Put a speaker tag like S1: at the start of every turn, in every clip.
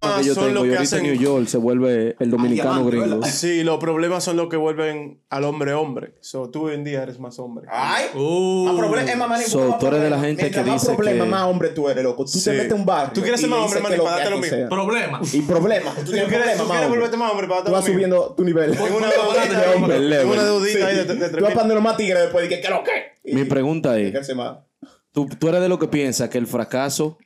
S1: que yo
S2: son
S1: tengo,
S2: los
S1: y
S2: que
S1: ahorita
S2: hacen-
S1: New York se vuelve el dominicano
S3: diamante,
S1: gringo.
S3: ¿verdad?
S2: Sí, los problemas son los que vuelven al hombre hombre. So, tú hoy en día eres más hombre.
S3: Ay.
S4: Uh.
S3: Más problema, más maní,
S1: So,
S3: más
S1: tú eres de la
S3: problema.
S1: gente
S3: Mientras
S1: que
S3: más
S1: dice
S3: problema,
S1: que-
S3: más hombre tú eres, loco. Tú
S2: Sí.
S3: te metes un barrio.
S2: Tú quieres ser
S3: y
S2: más hombre,
S3: dices
S2: maní,
S3: que lo
S2: para
S3: que
S2: darte lo
S3: aquí
S2: mismo.
S3: sea.
S4: Problema.
S3: Y problema. Tú
S2: ¿Tú quieres,
S3: tienes problema,
S2: tú
S3: más
S2: quieres
S3: hombre.
S2: volverte más hombre para
S3: Tú vas subiendo tu
S2: En
S3: nivel.
S2: una
S4: Ponte de hombre.
S2: deudita, en una
S3: Sí.
S2: deudita ahí de, de, de
S3: Tú vas poniendo más tigre después y que, ¿qué es lo que? Y-
S1: Mi pregunta
S3: y
S1: es,
S3: crece más.
S1: ¿tú, tú eres de lo que piensas que el fracaso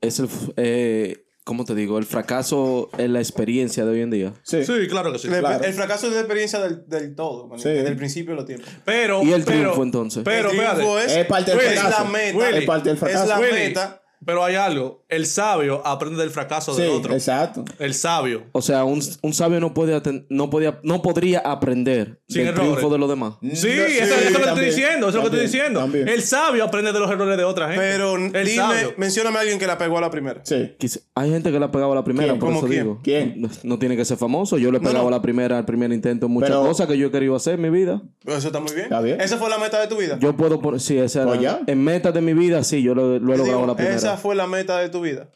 S1: es el... f- eh, ¿Cómo te digo? El fracaso es la experiencia de hoy en día.
S3: Sí.
S4: Sí, claro que sí.
S2: Le-
S3: Claro.
S2: El fracaso es la experiencia del, del todo, man,
S3: Sí.
S2: desde el principio lo tiene.
S4: Pero.
S1: ¿Y el
S4: pero-
S1: triunfo, entonces?
S4: Pero,
S2: El triunfo
S4: espérate.
S2: es,
S3: Es parte del
S2: es la
S3: fracaso.
S2: meta.
S4: Willy,
S3: es parte del fracaso.
S2: Es la
S4: Willy,
S2: meta.
S4: Pero hay algo. El sabio aprende del fracaso
S3: Sí,
S4: del otro.
S3: exacto.
S4: El sabio.
S1: O sea, un, un sabio no, puede aten- no, podía, no podría aprender
S4: Sin
S1: del
S4: errores.
S1: triunfo de los demás.
S4: Sí,
S3: sí,
S4: eso, eso es lo que estoy
S3: también,
S4: diciendo. Eso es lo que estoy
S3: también,
S4: diciendo.
S3: también.
S4: El sabio aprende de los errores de otra gente.
S2: Pero
S4: el
S2: dime,
S4: sabio.
S2: mencióname a alguien que la pegó a la primera.
S3: Sí.
S1: Quizá- hay gente que la pegaba a la primera,
S3: ¿Quién?
S1: por
S2: ¿Cómo
S1: eso
S2: quién?
S1: digo.
S3: ¿Quién?
S1: No, no tiene que ser famoso. Yo le pegaba
S2: no.
S1: a la primera, al primer intento, muchas
S3: Pero-
S1: cosas que yo he querido hacer en mi vida.
S2: Eso está muy bien.
S3: Está bien.
S2: Esa fue la meta de tu vida.
S1: Yo puedo, por, sí, esa era-
S3: Pues ya.
S1: en metas de mi vida, sí, yo lo, lo he
S2: Te
S1: logrado
S2: digo,
S1: a la primera.
S2: Esa fue la meta de tu vida.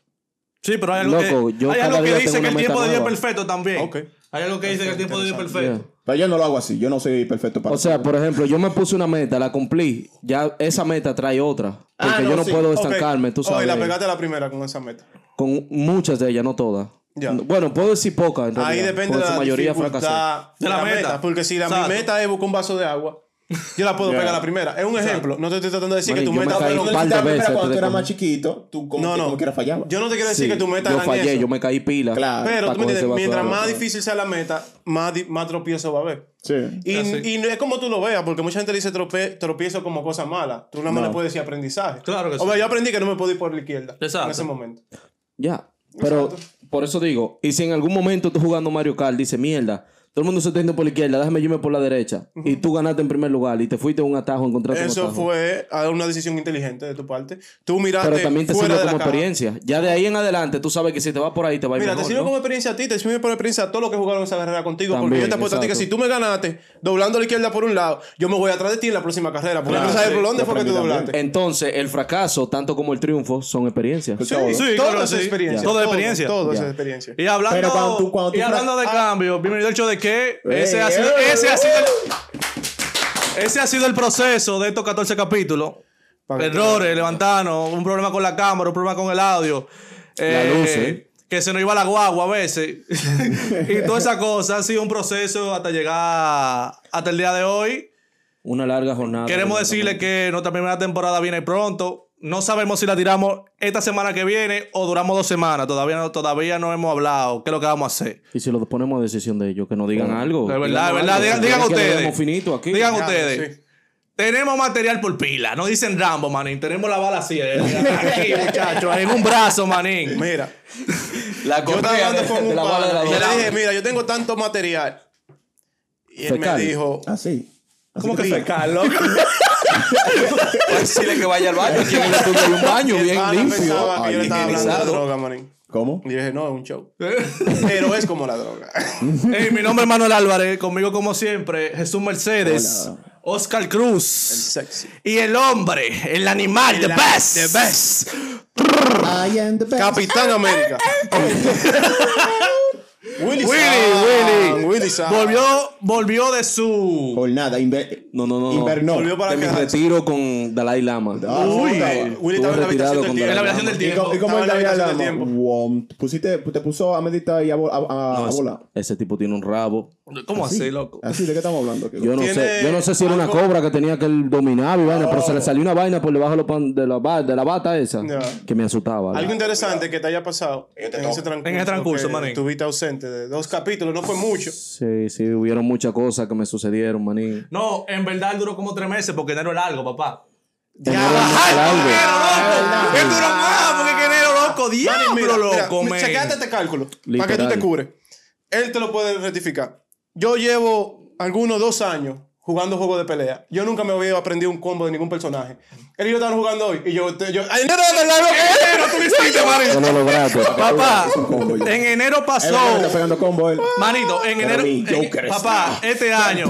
S4: Sí, pero hay algo
S1: Loco,
S4: que,
S1: yo
S4: hay
S1: cada
S4: algo que
S1: día tengo
S4: dice que
S1: una
S4: el tiempo
S1: meta
S4: de Dios es
S1: nueva.
S4: perfecto también.
S2: Ok.
S4: Hay algo que dice que el tiempo de Dios es
S1: Yeah.
S4: perfecto.
S3: Pero yo no lo hago así. Yo no soy perfecto para
S1: O sea, por ejemplo, yo me puse una meta, la cumplí. Ya esa meta trae otra. Porque
S3: no,
S1: yo no
S3: sí.
S1: puedo
S2: Ah, Ok.
S1: estancarme, tú
S2: Ok,
S1: sabes.
S2: la pegaste a la primera con esa meta.
S1: Con muchas de ellas, no todas.
S2: Ya.
S1: Bueno, puedo decir pocas, en realidad.
S2: Ahí depende
S1: porque
S2: de
S1: su
S2: la
S1: mayoría
S2: dificultad
S1: fracasé.
S2: de la, meta. Porque si la, mi
S4: Exacto.
S2: meta es buscar un vaso de agua, yo la puedo
S3: Ya.
S2: pegar a la primera. Es un ejemplo. No te estoy tratando de decir
S1: Manín,
S2: que tu
S1: yo me
S2: meta
S1: caí
S2: fue
S1: un
S2: lo
S1: par
S2: que-
S1: de
S3: Cuando
S1: veces antes
S3: tú
S1: de
S3: eras más
S1: comer.
S3: chiquito, tú como,
S2: No,
S3: que,
S2: no.
S3: como quiera fallaba.
S2: Yo no te quiero decir
S1: Sí,
S2: que tu meta
S1: yo
S2: era en
S1: fallé,
S2: eso.
S1: yo me caí pila.
S3: Claro.
S1: para
S2: Pero tú me
S1: coger ese
S2: entiendes,
S1: vaso de
S2: mientras
S1: agua.
S2: más difícil sea la meta, más, di- más tropiezo va a haber.
S3: Sí.
S2: Y,
S4: Así.
S2: y no es como tú lo veas, porque mucha gente le dice trope- tropiezo como cosa mala. Tú nada más
S3: No.
S2: le puedes decir aprendizaje.
S4: Claro que
S2: O sea,
S4: sí.
S2: yo aprendí que no me puedo ir por la izquierda en
S4: Exacto.
S2: ese momento.
S1: Ya. Pero por eso digo, y si en algún momento tú jugando Mario Kart dices, mierda, todo el mundo se está yendo por la izquierda, déjame yo irme por la derecha. Y tú ganaste en primer lugar y te fuiste a un atajo, encontraste un
S2: Eso
S1: atajo.
S2: fue ah, una decisión inteligente de tu parte. Tú miraste
S1: Pero también te
S2: fuera
S1: sirve
S2: de la
S1: como
S2: caja.
S1: experiencia. Ya de ahí en adelante tú sabes que si te vas por ahí te va a ir
S2: Mira,
S1: mejor,
S2: te sirve
S1: ¿no?
S2: como experiencia a ti, te sirve como experiencia a todos los que jugaron esa carrera contigo. porque
S1: También,
S2: yo te apuesto a ti que
S1: exacto.
S2: si tú me ganaste doblando a la izquierda por un lado, yo me voy atrás de ti en la próxima carrera. Porque
S3: Claro,
S2: no sabes
S3: sí.
S2: por dónde
S3: Yo
S2: fue que te
S3: aprendí también.
S2: doblaste.
S1: Entonces, el fracaso, tanto como el triunfo, son experiencias.
S3: Pues
S2: Sí,
S3: todo.
S4: Sí,
S2: todo
S4: claro
S2: es
S4: que sí.
S2: experiencia.
S4: Todo es experiencia.
S2: Todo es
S1: Ya.
S2: experiencia.
S4: Y hablando,
S3: Pero cuando tú- cuando tú
S4: y hablando de
S3: fra- Eh.
S4: cambio, bienvenido al show de qué. Ese,
S3: Ey,
S4: ha sido,
S3: ey,
S4: ese, ha
S3: ey.
S4: sido el, ese ha sido el proceso de estos 14 capítulos.
S2: Para que-
S4: Errores, levantarnos, un problema con la cámara, un problema con el audio. Eh,
S1: luz, ¿eh?
S4: Que se nos iba la guagua a veces. y toda esa cosa ha sido un proceso hasta llegar hasta el día de hoy.
S1: Una larga jornada.
S4: Queremos decirle que nuestra primera temporada viene pronto. No sabemos si la tiramos esta semana que viene o duramos dos semanas. Todavía no, todavía no hemos hablado. ¿Qué es lo que vamos a hacer?
S1: Y si lo ponemos a decisión de ellos, que nos digan algo.
S4: De verdad,
S1: Digan
S4: de
S1: algo,
S4: verdad. Digan,
S1: porque
S4: digan
S1: es que lo
S4: ustedes.
S1: vemos finito aquí.
S4: Digan
S2: Claro,
S4: ustedes.
S2: sí.
S4: Tenemos material por pila. No dicen Rambo, manín. Tenemos la bala así. eh. Aquí, muchachos. En un brazo, manín.
S2: Mira,
S1: La
S2: yo estaba
S1: correa
S2: hablando
S1: de-
S2: con
S1: de
S2: un
S1: la bala de la
S2: pana y yo
S1: bala.
S2: le dije, mira, yo tengo tanto material. Y él me
S1: Fecal.
S2: dijo,
S3: Así. Así
S4: ¿Cómo que
S3: ríe.
S4: fecal, loco?
S1: Decirle que vaya al baño. Aquí en el estudio hay un baño
S2: el
S1: bien
S2: pana
S1: limpio.
S2: pensaba que yo le estaba hablando de
S1: higienizado.
S2: droga, manín.
S3: ¿Cómo?
S2: Y yo dije, no, es un show. Pero es como la droga.
S4: Ey, mi nombre es Manuel Álvarez. Conmigo, como siempre, Jesús Mercedes. Oscar Cruz.
S2: Sexy.
S4: Y el hombre, el animal, the
S2: La-
S4: best.
S2: the best.
S3: I am the best.
S2: Capitán América. Willy,
S3: Ah,
S4: Willy,
S2: Sam,
S4: Willy.
S2: Willy Sam.
S4: Volvió, volvió de su.
S3: Jornada. Inver...
S1: No, no, no, no.
S3: Invernó.
S2: Volvió para
S1: de mi
S2: quedarse.
S1: retiro con Dalai Lama.
S3: Ah,
S2: Uy,
S3: puta,
S2: eh,
S3: va.
S2: Willy estaba en la
S1: retirado
S2: habitación del
S1: con
S2: tiempo.
S4: En la habitación del
S3: ¿Y,
S4: tiempo.
S3: co- y cómo
S2: Estaba en la
S3: él había
S2: habitación del
S3: hablado?
S2: tiempo.
S3: Wow, pusiste, te puso a meditar y a, vol- a, a- a
S1: No,
S3: volar.
S1: ese, ese tipo tiene un rabo.
S4: ¿Cómo así, loco?
S3: Así, ¿de qué estamos hablando? aquí?
S1: Yo no,
S2: Tiene
S1: sé, yo no sé si era una
S2: algo-
S1: cobra que tenía que él dominar y vaina, pero se le salió una vaina por debajo de, los pan- de, la, ba- de la bata esa
S2: Ya.
S1: que me asustaba.
S2: Algo interesante que te haya pasado en ese transcurso.
S4: En ese transcurso,
S2: que
S4: manín.
S2: Estuviste ausente de dos capítulos, no fue mucho.
S1: Sí, sí, hubieron muchas cosas que me sucedieron, manín.
S4: No, en verdad duró como tres meses porque enero es largo, papá.
S1: Enero es
S4: ¡Ay,
S1: largo.
S3: Ah,
S4: enero, loco! ¡Él duró más! Porque que enero, loco,
S2: Manny,
S4: diablo, loco,
S2: mira,
S4: men.
S2: chequeate este cálculo para que tú
S1: Literal.
S2: te cures. Él te lo puede rectificar. Yo llevo algunos dos años jugando juegos de pelea. Yo nunca me había aprendido un combo de ningún personaje. Él y yo estaban jugando hoy y yo... yo ¡Ay, no, no, no, no, no, no, no, tú lo hiciste, Mario!
S1: No lo lograste.
S4: Papá,
S3: Es un combo ya.
S4: en enero
S3: Él me está
S4: pasó.
S3: pegando combo él.
S4: Manito, en
S3: Pero
S4: enero.
S3: mi
S4: en-
S3: Joker está-
S4: papá, este año.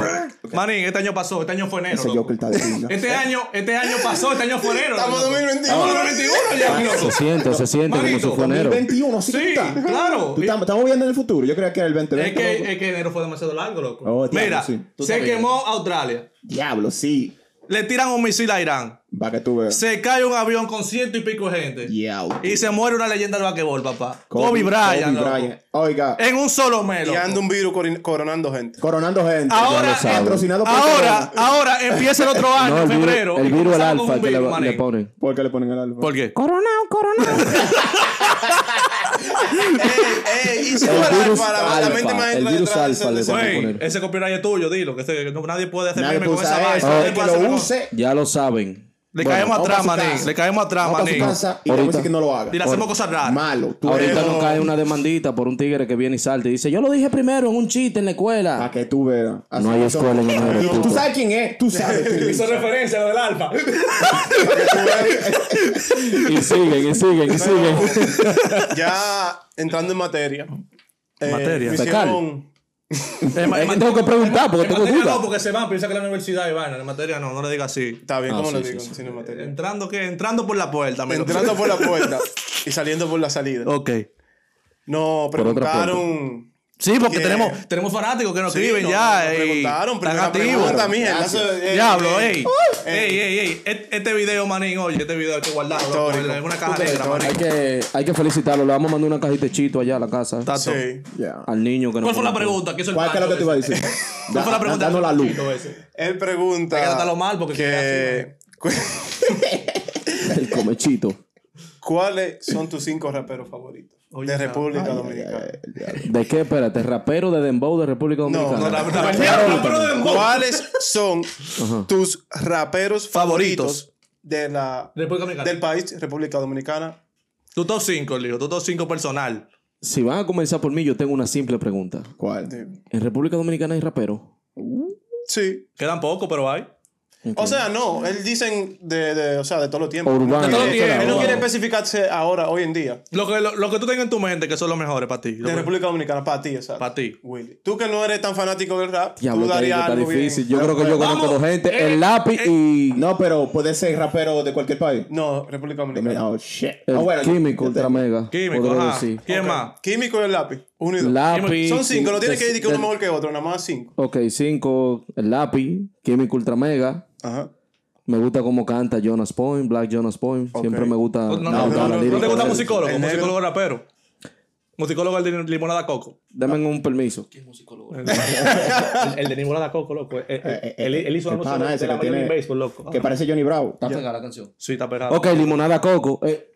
S4: Manín, este año pasó. Este año fue enero.
S3: Ese
S4: loco.
S3: Joker está de pinga.
S4: Este año, este año pasó, este año fue enero.
S2: Estamos en
S4: loco.
S2: 2021.
S4: 2021 ya,
S1: Se
S4: loco.
S1: siente, se siente como
S4: Manito,
S1: su funero.
S3: 2021, sí,
S4: Sí,
S3: que está.
S4: claro.
S3: Tú estamos, estamos viendo en el futuro. Yo creía que era el 2020.
S4: Es que,
S3: loco.
S4: es que enero fue demasiado largo, loco.
S3: Oh, diablo,
S4: Mira,
S3: sí.
S1: Tú
S4: se
S1: sabías.
S4: quemó Australia.
S3: Diablo, sí.
S4: Le tiran un misil a Irán.
S3: Va que tú veas.
S4: Se cae un avión con ciento y pico de gente.
S3: Diablo.
S4: Y se muere una leyenda del vaquebol, papá. Kobe, Bryant.
S3: Kobe
S4: loco.
S3: Bryant. Oiga,
S4: En un solo melo.
S2: Y anda un virus corin- coronando gente.
S3: coronando gente.
S4: Ahora,
S1: sabe.
S3: patrocinado por Corona.
S4: ahora, ahora empieza el otro año,
S1: No, el
S4: febrero.
S1: virus, el
S4: y
S1: virus el
S4: comenzamos con
S1: alfa
S4: un
S1: que le,
S4: virus,
S1: le
S4: manín.
S1: ponen.
S3: ¿Por qué le ponen el alfa?
S4: ¿Por qué?
S1: Coronado, coronado.
S2: y se
S1: El
S2: fue
S1: virus
S2: alfa, la- la mente
S1: alfa,
S2: más
S1: el
S2: detrás
S1: virus
S2: del-
S1: alfa
S2: del-
S1: le
S2: del-
S1: ponen.
S4: Güey,
S1: poner.
S4: ese copyright es tuyo, dilo. Que, se- que no- nadie puede hacer
S3: Nadie
S4: meme con
S3: puso
S4: esa
S3: eso.
S4: vaina.
S3: El que lo use.
S1: Ya lo saben.
S4: Le
S3: Bueno,
S4: caemos
S3: vamos
S4: atrás,
S3: pa' su
S4: manín.
S3: casa.
S4: Le caemos atrás,
S3: Vamos pa' su
S4: manín.
S3: casa y le voy a decir
S1: Ahorita.
S3: que no lo haga.
S4: Y le hacemos cosas raras.
S3: Malo. Tú
S1: Ahorita
S3: eres-
S1: nos cae una demandita por un tigre que viene y salta y dice, yo lo dije primero en un chiste en la
S3: Para
S4: Ah,
S1: escuela.
S3: que tú veas. Así
S1: No hay
S3: que
S1: escuela en
S3: son-
S1: el
S3: Tú- Tú
S1: aeropuerto.
S3: sabes quién es. Tú sabes quién es.
S4: referencia a lo del alfa.
S1: Y siguen, y siguen, y siguen.
S2: Ya entrando en materia. eh,
S4: Materia.
S2: me hicieron-
S1: Es que tengo que preguntar porque
S4: En
S1: tengo
S4: materia no,
S1: dudas.
S4: eh, porque se van, piensa que la universidad y vaina. En materia no, no le diga así.
S2: Está bien,
S1: Ah,
S2: ¿cómo
S1: sí,
S2: lo
S1: sí,
S2: digo?
S1: sí.
S2: Si no es materia.
S4: Entrando qué? Entrando por la puerta, me lo-
S2: Entrando por la puerta y saliendo por la salida.
S4: Ok.
S2: No,
S1: Por otra puerta.
S2: preguntaron.
S4: Sí, porque
S2: Que-
S4: tenemos, tenemos fanáticos que nos
S2: Sí,
S4: escriben
S2: no,
S4: ya.
S2: no
S4: ey,
S2: preguntaron.
S4: están
S2: Primera
S4: activos.
S2: pregunta, mija.
S3: Gracias.
S2: entonces, eh,
S4: Diablo,
S2: eh,
S4: ey. Ey, ey, ey. Et- Este video, manín, oye, este video hay que guardarlo. loco,
S2: Histórico.
S4: En una caja negra, manín.
S1: Hay que, hay que felicitarlo. Le vamos a mandar una cajita de chito allá a la casa.
S4: Tato.
S2: Sí.
S3: Ya.
S1: Al niño que nos
S4: ¿Cuál fue la
S1: conoce.
S4: pregunta? ¿Qué hizo el
S3: ¿Cuál es lo que te iba a decir?
S4: ¿Cuál fue la
S3: Da-
S4: pregunta?
S3: Danos la luz.
S2: Él
S4: Hay que
S2: pregunta.
S4: tratarlo mal porque
S2: que-
S1: El comechito.
S2: ¿Cuáles son tus cinco raperos favoritos
S4: Oye,
S2: de
S4: ya.
S2: República
S3: Ay, ay,
S2: Dominicana?
S3: ay, ay, ay.
S1: ¿De qué? Espérate, rapero de Dembow de República Dominicana.
S2: no,
S4: La, la, la-
S3: Claro,
S4: pero de Mo-
S2: ¿Cuáles son tus raperos favoritos,
S4: Favoritos.
S2: de la,
S4: República Dominicana.
S2: del país, República Dominicana?
S4: Tu top 5, Leo. Tu top 5 personal.
S1: Si van a comenzar por mí, yo tengo una simple pregunta.
S3: ¿Cuál?
S1: ¿En República Dominicana hay rapero?
S2: Sí.
S4: Quedan pocos, pero hay.
S2: O sea, no, él dicen de, de- o sea, de todos los tiempos.
S1: Urbano.
S2: Él no
S4: De todos los
S2: quiere- Él no
S4: tiempos.
S2: quiere especificarse ahora, hoy en día.
S4: Lo que, lo, lo que tú tengas en tu mente que son los mejores para ti. Lo
S2: De
S4: que-
S2: República Dominicana, para ti, exacto.
S4: Para ti.
S2: Willy. Tú que no eres tan fanático del rap,
S1: Diablo,
S2: tú
S1: está,
S2: darías
S1: está
S2: algo bien.
S1: difícil. Yo creo que yo
S4: Vamos.
S1: conozco dos gente.
S4: Eh,
S1: El lápiz y...
S3: No, pero puede ser rapero de cualquier país.
S2: No, República Dominicana.
S3: Oh, shit.
S1: El
S3: Ah, bueno, yo-
S1: químico,
S3: yo te-
S1: ultra mega.
S4: Químico,
S1: podría
S4: ajá.
S1: decir.
S4: ¿Quién
S2: Ok.
S4: más?
S2: Químico y el lápiz. Uno y dos.
S1: Lápiz.
S2: Son cinco, no
S1: sí,
S2: tienes que
S1: de-
S2: decir que uno
S1: de-
S2: mejor que otro, nada más cinco.
S1: Ok, cinco. El lápiz. Químico, ultra mega.
S2: Ajá.
S1: Me gusta cómo canta Jonas Point, Black Jonas Point.
S2: Ok.
S1: Siempre me gusta.
S4: No, no,
S1: la-
S4: no,
S1: la
S2: no, no,
S1: lírica
S4: ¿No te gusta
S1: de él.
S4: musicólogo?
S2: El negro.
S4: Musicólogo rapero. Musicólogo el de limonada coco.
S1: Dame un permiso.
S4: el, el de limonada coco, loco. Eh, eh,
S3: eh,
S4: él, él hizo
S3: el
S4: una
S3: pana
S4: música
S3: ese
S4: de la
S3: que
S4: Major League
S3: tiene-
S4: Baseball, loco.
S3: Que parece Johnny Bravo.
S1: pegada la canción.
S4: Ah, Sí, está pegado.
S1: Ok, limonada coco. Eh,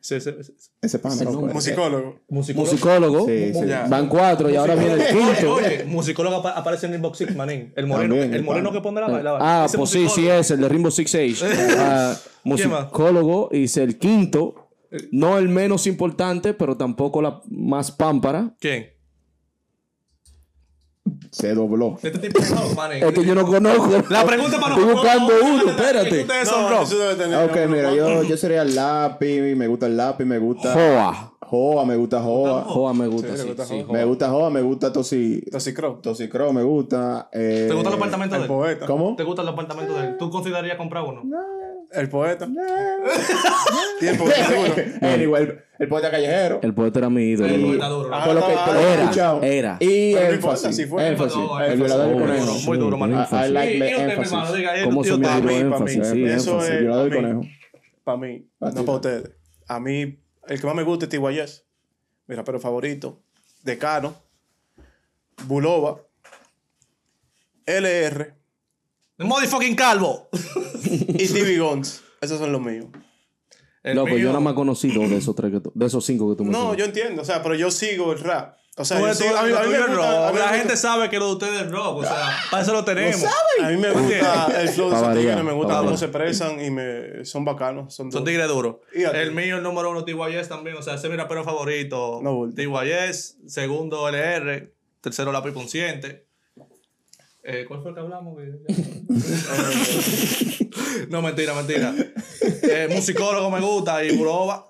S4: Sí, sí, sí.
S3: Ese pana. loco, eh.
S2: Musicólogo.
S4: Musicólogo.
S1: musicólogo.
S3: Sí, sí.
S2: Ya.
S1: Van cuatro y ahora viene el
S4: Oye,
S1: quinto.
S4: oye, musicólogo apa- aparece en el box six, manín. El moreno,
S3: También,
S4: el
S3: el
S4: moreno
S3: pana.
S4: que pondrá la baila.
S1: Ah, pues sí, sí es el de Rimbo Six Age. Ah,
S4: ¿Quién más?
S1: musicólogo y es el quinto. No el menos importante, pero tampoco la más pámpara.
S4: ¿Quién?
S3: Se dobló.
S4: Este tipo es rock, manín.
S1: Es que Este yo no conozco.
S4: La pregunta para
S1: Estoy
S4: los-
S1: buscando
S4: ¿Cómo-
S1: uno,
S4: cómo-
S1: espérate.
S4: Ustedes
S2: No,
S4: son rock.
S2: eso debe tener
S3: Ok,
S2: uno,
S3: mira,
S2: cuatro.
S3: yo, yo sería el lápiz, me gusta el lápiz, me gusta
S1: Joa.
S3: Joa, me gusta Joa,
S1: Joa me gusta.
S2: Sí, le
S1: sí,
S2: gusta
S1: sí,
S2: Joa.
S1: Joa.
S3: me gusta Joa, me gusta Tosi,
S2: Toxicro.
S3: Tosicro, me gusta. eh,
S4: ¿Te gustan los apartamentos de
S2: El
S4: él?
S2: poeta.
S3: ¿Cómo?
S4: ¿Te gustan los apartamentos de él? ¿Tú considerarías comprar uno?
S2: El poeta. y el poeta seguro.
S3: Anyway, el, el poeta callejero.
S1: El poeta era mi ídolo.
S4: El
S1: Y-
S4: poeta duro.
S2: Ah,
S4: loco.
S3: por lo que, por lo que he
S1: Era,
S3: escuchado.
S1: era.
S3: Y
S2: Pero no importa,
S3: énfasis.
S2: si fue-
S3: énfasis.
S4: No,
S3: el
S4: énfasis.
S3: violador
S1: Muy
S3: con
S1: duro,
S3: énfasis. Ah,
S4: muy duro, manín.
S3: I, I like
S4: Sí,
S3: the
S4: y usted, mi
S3: énfasis.
S4: hermano, diga, él,
S1: ¿Cómo
S4: tío,
S1: se me
S4: está-
S1: dio
S2: mí, pa'
S1: énfasis?
S2: mí.
S1: Sí,
S2: Eso
S1: énfasis.
S2: es-
S3: El violador
S2: para mí.
S3: conejo.
S2: Para mí,
S3: Pa' ti,
S2: no
S3: pa'.
S2: para ustedes. A mí, el que más me gusta es Tiguayes. Mi rapero favorito. Decano. Bulova. LR.
S4: Motherfucking calvo.
S2: Y TV Guns. Esos son los míos.
S4: El
S1: Loco, yo
S4: mío.
S1: nada más conocí dos de esos tres que tú- de esos cinco que tú
S2: No,
S1: mencionaste.
S2: yo entiendo. O sea, pero yo sigo el rap. O sea,
S4: Tú
S2: yo
S4: eres-
S2: sigo- Pues a mí,
S4: tú
S2: a mí me
S4: eres
S2: gusta. a
S4: rock.
S2: mí me
S4: La
S2: gusta-
S4: gente sabe que lo de ustedes es rock. O sea, para eso lo tenemos.
S2: A mí me gusta el flow de
S1: Pa'
S2: esos tigres,
S1: variar,
S2: me gusta
S1: pa'
S2: cómo
S1: variar.
S2: se expresan y me, son bacanos. Son,
S4: Son
S2: duros.
S4: tigres duros.
S2: Y a ti.
S4: El mío, el número uno, TYS también. O sea, ese es mi rapero favorito.
S2: No, bulto.
S4: TYS. Segundo, LR. Tercero, Lápiz Consciente. Eh, ¿Cuál fue el que hablamos? güey? no, mentira, mentira. Eh, musicólogo me gusta y Buloba.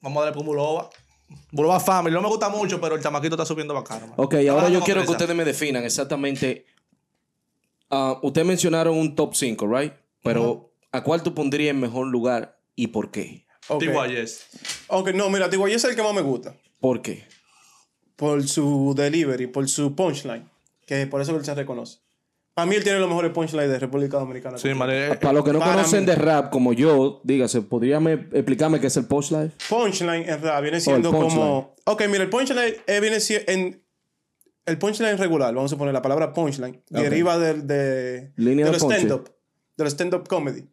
S4: Vamos a darle con Buloba. Buloba Family. No me gusta mucho, pero el chamaquito está subiendo bacano. man. Ah,
S1: Ok,
S4: Está
S1: ahora yo
S4: dando
S1: quiero que
S4: sorpresa.
S1: ustedes me definan exactamente. ah, ustedes mencionaron un top 5, ¿right? Pero ¿a cuál tú pondrías en mejor lugar y por qué?
S2: Ok.
S4: Digo a Yes.
S2: Ok, no, mira, digo, es el que más me gusta.
S1: ¿Por qué?
S2: Por su delivery, por su punchline. Que por eso él se reconoce. Para mí él tiene los mejores punchlines de República Dominicana.
S4: Sí, Mare.
S1: Para los que no
S2: Eh, para
S1: conocen
S2: mí.
S1: de rap como yo, dígase, ¿podrían explicarme qué es el post life?
S2: punchline en realidad viene siendo
S1: Oh, punchline.
S2: como. Ok, mira, el punchline eh, viene si- en. El punchline regular, vamos a poner la palabra punchline, deriva del, de,
S1: Línea
S2: del
S1: de punch.
S2: stand-up, del stand-up comedy.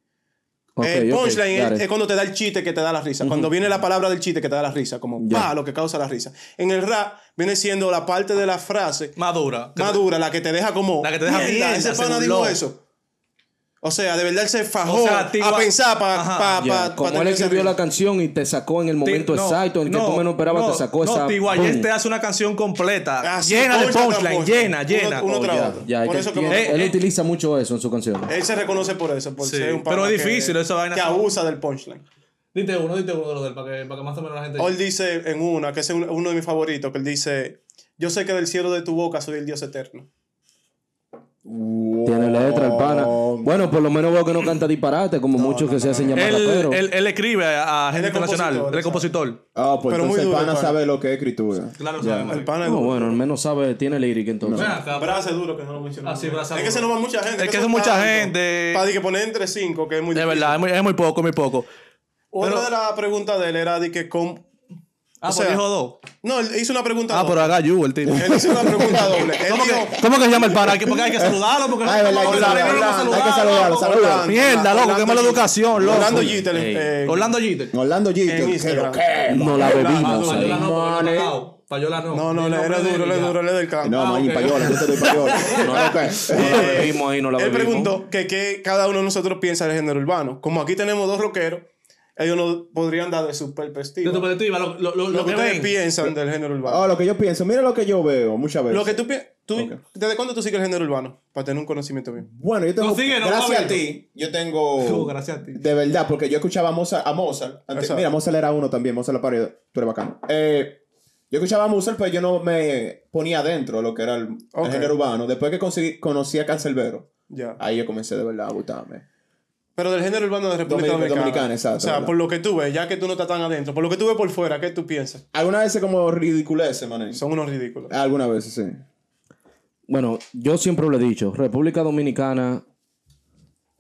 S1: Ok,
S2: el
S1: ok,
S2: Eh, punchline
S1: got
S2: es,
S1: it.
S2: es cuando te da el chiste que te da la risa, cuando viene la palabra del chiste que te da la risa, como
S1: Ya.
S2: pa, lo que causa la risa. En el rap viene siendo la parte de la frase
S4: Madura.
S2: más dura, la que te deja como.
S4: La que te deja
S2: mierda,
S4: mierda,
S2: ese
S4: se
S2: pana dijo
S4: burló".
S2: eso. O sea, de verdad él se fajó
S4: O sea, te iba-
S2: a pensar para.
S4: Ajá,
S2: pa,
S1: Ya,
S2: pa- pa
S1: como él
S2: tener esa
S1: escribió
S2: risa.
S1: la canción y te sacó en el
S4: Ti-
S1: momento
S4: no,
S1: exacto en el que
S4: no,
S1: tú menos esperabas,
S4: no,
S1: te sacó esa.
S4: No, Tigo Ayes
S1: boom.
S4: te hace una canción completa,
S2: Así,
S4: llena Ah, de
S2: punch tras
S4: punchline,
S2: punch.
S4: llena,
S2: Uno-
S4: llena.
S2: uno tras
S1: Ya,
S2: otro.
S1: ya,
S2: Por
S1: que
S2: eso que
S1: tiene-
S2: me-
S1: él
S4: eh,
S1: utiliza mucho eso en su canción.
S2: Él se reconoce por eso, por
S4: Sí,
S2: ser un
S4: pero
S2: pana
S4: es difícil,
S2: que,
S4: esa vaina
S2: que
S4: son-
S2: abusa del punchline.
S4: Dite uno, dite uno de los del, para que, para que más o menos la gente...
S2: O él dice en una, que es un- uno de mis favoritos, que él dice, yo sé que del cielo de tu boca soy el Dios eterno.
S1: Tiene letra el pana. Bueno, por lo menos veo que Oh, no canta disparate, como muchos que se hacen llamar
S4: él,
S1: raperos.
S4: él- él escribe a, a gente
S2: Él es compositor,
S4: internacional, él es
S2: exacto.
S4: compositor.
S3: Ah, pues
S2: Pero muy
S3: entonces el
S2: duro el
S3: pana
S2: pana.
S3: sabe lo que es escritura.
S4: Claro,
S3: Ya.
S4: sabe,
S2: El pana es
S1: No,
S2: duro.
S1: bueno, al menos sabe, tiene lírica entonces.
S4: Ven acá,
S2: Brazo es duro que no lo mencionó.
S4: Ah, sí, brazo
S2: es
S4: duro.
S2: que se nos va mucha gente.
S4: Es que es mucha gente.
S2: Para que poner entre cinco, que es muy
S4: De
S2: difícil.
S4: verdad, es muy, es muy poco, muy poco.
S2: Otra
S4: pero-
S2: de las preguntas de él era de que con...
S4: Ah,
S2: O
S4: pues
S2: sea,
S4: dijo dos.
S2: No, él hizo una pregunta
S4: Ah, pero
S2: doble.
S4: haga you, el tipo.
S2: Él hizo una pregunta doble. Él
S4: ¿Cómo
S2: dijo...
S4: que, ¿Cómo que se llama el pana? Hay que- Porque hay que saludarlo, porque
S3: Ah, es verdad, hay que
S4: Orlando,
S3: saludarlo,
S4: hay que
S3: Orlando, hay que
S4: saludarlo.
S3: saludarlo, saludarlo.
S4: Mierda, loco, qué mala educación, loco.
S2: Orlando Jeter.
S1: Ey.
S2: eh,
S4: Orlando Ah, Jeter.
S3: Orlando G.
S2: En Instagram.
S1: No la bebimos ahí.
S4: Payola no, porque no, Pau. Payola no.
S2: No, no,
S4: Di
S2: le
S4: nombre
S2: era
S4: de
S2: duro,
S4: él y
S2: le
S4: ya.
S2: duro, le del campo.
S3: No,
S4: Ah,
S3: man, y
S4: ok.
S3: payola, yo te doy payola. No, ok.
S1: No la bebimos ahí, no la
S2: Él
S1: bebimos.
S2: preguntó que qué cada uno de nosotros piensa del género urbano. Como aquí tenemos dos rockeros, ellos nos podrían dar de su perspectiva.
S4: De tu perspectiva, pues, lo, lo, lo,
S2: lo que ustedes
S4: ven.
S2: piensan del género urbano.
S3: Oh, lo que yo pienso, mira lo que yo veo muchas veces.
S2: Lo que tú piensas.
S3: Ok.
S2: ¿Desde cuándo tú sigues el género urbano? Para tener un conocimiento bien.
S3: Bueno, yo tengo.
S4: No, sigue, no,
S3: gracias
S4: Pablo.
S3: a ti, yo
S4: Tú,
S3: tengo.
S4: gracias a ti.
S3: De verdad, porque yo escuchaba a Mozart. A Mozart antes.
S2: Exacto.
S3: mira, Mozart era uno también, Mozart la pared. Tú eres bacano. Eh, yo escuchaba a Mozart, pero yo no me ponía adentro lo que era el, el
S2: Ok.
S3: género urbano. Después que conseguí, conocí a Cancelbero,
S2: Ya.
S3: ahí yo comencé de verdad a gustarme.
S2: Pero del género urbano de República
S3: Dominicana,
S2: Dominicana.
S3: Dominicana, exacto,
S2: O sea,
S3: ¿verdad?
S2: por lo que tú ves, ya que tú no estás tan adentro, por lo que tú ves por fuera, ¿qué tú piensas?
S3: Algunas veces como ridiculeces, mané.
S2: Son unos ridículos.
S3: Algunas veces, sí.
S1: Bueno, yo siempre lo he dicho, República Dominicana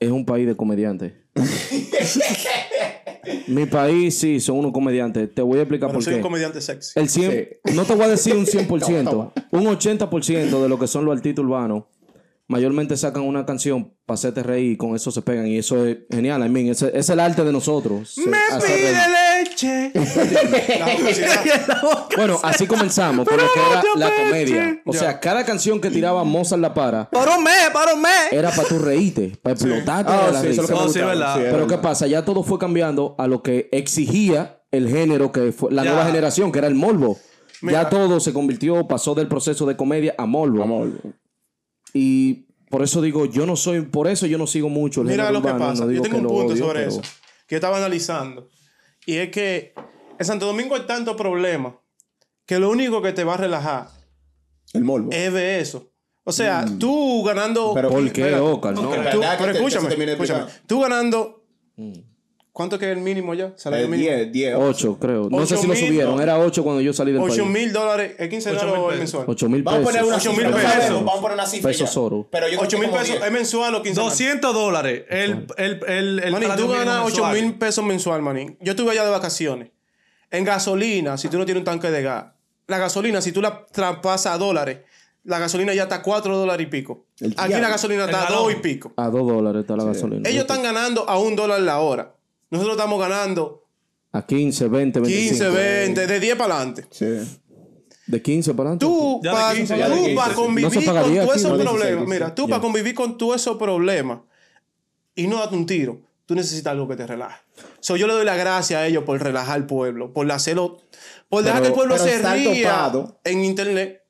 S1: es un país de comediantes. Mi país sí, son unos comediantes. Te voy a explicar
S2: Pero
S1: por
S2: soy un
S1: qué.
S2: comediante sexy.
S1: El 100, No te voy a decir un 100%, un 80% de lo que son los artistas urbanos, mayormente sacan una canción para hacerte reír y con eso se pegan. Y eso es genial, I mean, ese- es el arte de nosotros. se- hacer reír.
S4: leche.
S2: La jocosidad.
S1: Bueno, así comenzamos con lo que era la comedia. O sea, cada canción que tiraba Mozart La Para
S4: Por un mes, por un mes.
S1: era para tu reírte, para explotarte
S3: Ah,
S1: de la
S3: sí,
S1: risa.
S3: eso es lo que me
S4: Oh, sí,
S3: gustaba,
S4: verdad.
S3: sí, es
S1: Pero ¿qué
S3: verdad.
S1: pasa? Ya todo fue cambiando a lo que exigía el género, que fue la
S4: Ya.
S1: nueva generación, que era el morbo. Ya todo se convirtió, pasó del proceso de comedia a morbo.
S3: Vamos.
S1: Y por eso digo, yo no soy, por eso yo no sigo mucho el
S2: Mira
S1: género
S2: lo que
S1: urbano,
S2: pasa.
S1: no
S2: Yo
S1: digo
S2: tengo
S1: que
S2: un
S1: lo
S2: punto
S1: odio,
S2: sobre
S1: pero-
S2: eso que yo estaba analizando. Y es que en Santo Domingo hay tanto problema que lo único que te va a relajar
S3: El morbo. Eh,
S2: es de eso. O sea, tú ganando.
S3: Pero
S1: ¿Por qué,
S2: Espérate.
S1: Ocar? No.
S2: Tú-
S3: Verdad que
S2: pero
S3: te-
S2: escúchame,
S3: eso termina de
S2: escúchame.
S3: explicar.
S2: Tú ganando. ¿Cuánto que es el mínimo ya? Salario
S3: Eh,
S2: mínimo.
S3: 10, 10.
S1: 8, creo. No sé
S2: Ocho
S1: si lo
S2: mil,
S1: subieron.
S2: no.
S1: Era 8 cuando yo salí del
S2: 8
S1: país.
S2: mil dólares. ¿Es quincenal
S4: Ocho mil
S2: o es
S4: pesos.
S2: mensual?
S1: 8 mil
S3: Vamos a
S1: pesos.
S3: poner una
S2: Ocho
S3: cifra,
S2: mil
S3: vamos a poner-
S2: pesos.
S3: Vamos a poner una cifra.
S1: Pesos
S3: ya.
S1: oro.
S3: Pero yo
S2: 8 mil pesos es mensual o quincenal.
S4: 200 dólares. El, el, el,
S2: Manín,
S4: el
S2: tú
S4: salario
S2: ganas
S4: mínimo
S2: 8 mil
S4: mensual.
S2: pesos mensual, manín. Yo estuve allá de vacaciones. En gasolina, si tú no tienes un tanque de gas. La gasolina, si tú la traspasas a dólares, la gasolina ya está a 4 dólares y pico.
S3: El
S2: Aquí
S3: diablo.
S2: la gasolina
S4: El
S2: está a
S4: galón.
S2: 2 y pico.
S1: A 2 dólares está la gasolina.
S2: Ellos están ganando a 1 dólar la hora. Nosotros estamos ganando
S1: A 15, 20, 25.
S2: 15, 20, de 10 para adelante.
S3: Sí.
S1: De 15 para adelante.
S2: Tú
S4: Ya de
S2: para
S4: 15, ya de
S3: 15, sí.
S1: No se
S2: convivir con
S1: pagaría
S2: todos
S1: aquí,
S2: esos
S1: ¿no?
S3: 16,
S2: problemas,
S3: 16.
S2: mira, tú para convivir con todos esos problemas y no darte un tiro, tú necesitas algo que te relaje. So, yo le doy la gracia a ellos por relajar al pueblo, por hacerlo, por dejar
S3: Pero-
S2: que el pueblo
S3: pero
S2: se
S3: estar
S2: ría
S3: dopado.
S2: en internet.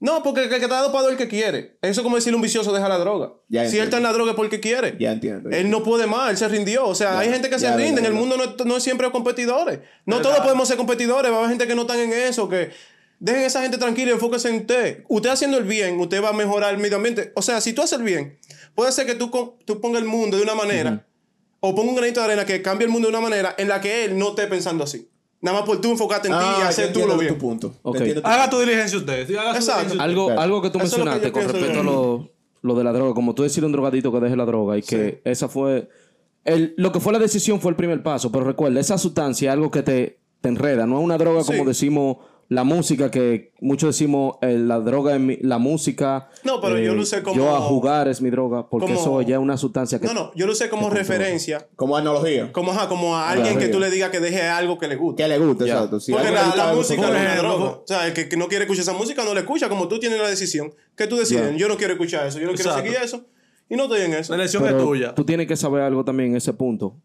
S2: No, porque el que está dopado es el que quiere. Eso es como decirle a un vicioso deja la droga.
S3: Ya
S2: si él está en la droga es porque quiere.
S3: Ya entiendo.
S2: Él no puede más, él se rindió. O sea, hay gente que se
S3: ya,
S2: rinde. en
S3: verdad,
S2: el mundo no, es- no es siempre competidores. No todos podemos ser competidores. Va a haber gente que no están en eso, que dejen a esa gente tranquila y enfóquense en usted. Usted haciendo el bien, usted va a mejorar el medio ambiente. O sea, si tú haces el bien, puede ser que tú, con- tú pongas el mundo de una manera o ponga un granito de arena que cambie el mundo de una manera en la que él no esté pensando así. Nada más por tú enfocarte en ti y
S3: Ah, yo
S2: hacer tú lo
S3: entiendo tu
S2: bien.
S3: punto.
S1: Ok.
S3: Te entiendo tu
S4: Haga tu diligencia usted. sí, haga su
S2: Exacto.
S4: diligencia usted.
S1: Algo,
S3: Claro.
S1: algo que tú
S2: Eso es lo que
S1: mencionaste
S2: yo
S1: con
S2: pienso
S1: respecto a
S2: también.
S1: lo, lo de la droga, como tú decirle a un drogadito que deje la droga y que esa fue... el- lo que fue la decisión fue el primer paso, pero recuerda, esa sustancia es algo que te, te enreda, no es una droga como
S2: Sí.
S1: decimos la música, que muchos decimos eh, la droga es mi- la música. eh,
S2: No, pero yo lo usé como-
S1: Yo a jugar es mi droga, porque
S2: como-
S1: eso ya es una sustancia que...
S2: No, no, yo lo usé como referencia,
S3: Como analogía.
S2: como, ajá, como a alguien que tú le digas que deje algo que le guste.
S3: Que le gusta,
S1: Ya.
S3: exacto. Si
S2: Porque
S3: algo le
S2: la,
S3: gusta,
S2: la
S3: algo,
S2: música no
S3: por
S2: es una
S3: ejemplo,
S2: droga. O sea, el que, que no quiere escuchar esa música no la escucha, como tú tienes la decisión. Que tú decides, yo no quiero escuchar eso, yo no quiero
S4: Exacto.
S2: seguir eso, y no estoy en eso.
S4: La elección
S1: Pero
S4: es tuya.
S1: Tú tienes que saber algo también en ese punto.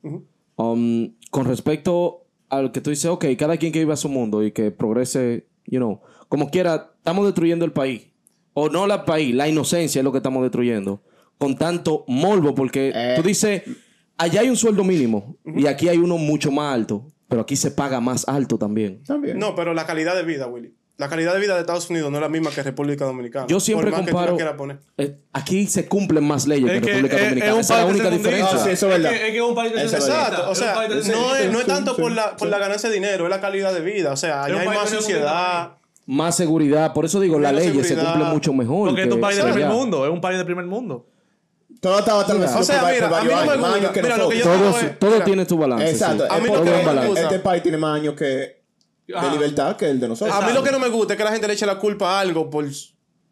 S1: Um, con respecto al que tú dices, ok, cada quien que viva su mundo y que progrese, you know, como quiera, estamos destruyendo el país. O no el país, la inocencia es lo que estamos destruyendo. Con tanto morbo, porque
S3: Eh.
S1: tú dices, allá hay un sueldo mínimo y aquí hay uno mucho más alto, pero aquí se paga más alto también.
S3: También.
S2: No, pero la calidad de vida, Willy. La calidad de vida de Estados Unidos no es la misma que República Dominicana.
S1: Yo siempre
S2: por más que tú la
S1: comparo.
S2: quieras poner.
S1: eh, aquí se cumplen más leyes que
S4: Es
S1: en
S4: que
S1: República
S4: es- es
S1: Dominicana.
S4: un
S1: Esa es la
S4: país
S1: única
S4: tercermundista.
S1: diferencia.
S3: Ah, sí, eso es verdad.
S4: Es que, es que es un país de
S3: Eso es
S4: tercermundista,
S2: Exacto, o
S4: es un
S2: sea,
S4: país de
S2: no
S4: tercermundista.
S2: es, no es
S3: sí,
S2: tanto
S3: sí,
S2: por, la, por
S3: sí.
S2: la ganancia de dinero, es la calidad de vida. O sea, allá
S4: un
S2: hay
S4: país
S2: más
S4: de segundo
S2: sociedad.
S1: más seguridad. Por eso digo, la
S2: Menos
S1: ley se
S2: seguridad.
S1: cumple mucho mejor.
S4: Porque es un
S1: que
S4: país de
S1: allá.
S4: primer mundo, es un país de primer mundo.
S3: Todo estaba tal vez.
S2: O sea,
S3: por- por
S2: mira, a mí no
S3: varios
S2: me
S3: años, más
S2: gusta.
S3: años que
S2: Mira, lo que yo
S3: nosotros.
S1: Todo,
S2: Todo
S1: se-
S2: es-
S1: todo
S2: mira,
S1: tiene su balance.
S3: Exacto.
S1: sí.
S2: A mí lo
S3: Porque
S2: que me gusta-
S3: Este país tiene más años que de
S4: Ajá.
S3: libertad que el de nosotros.
S2: A mí lo que no me gusta es que la gente le eche la culpa a algo por,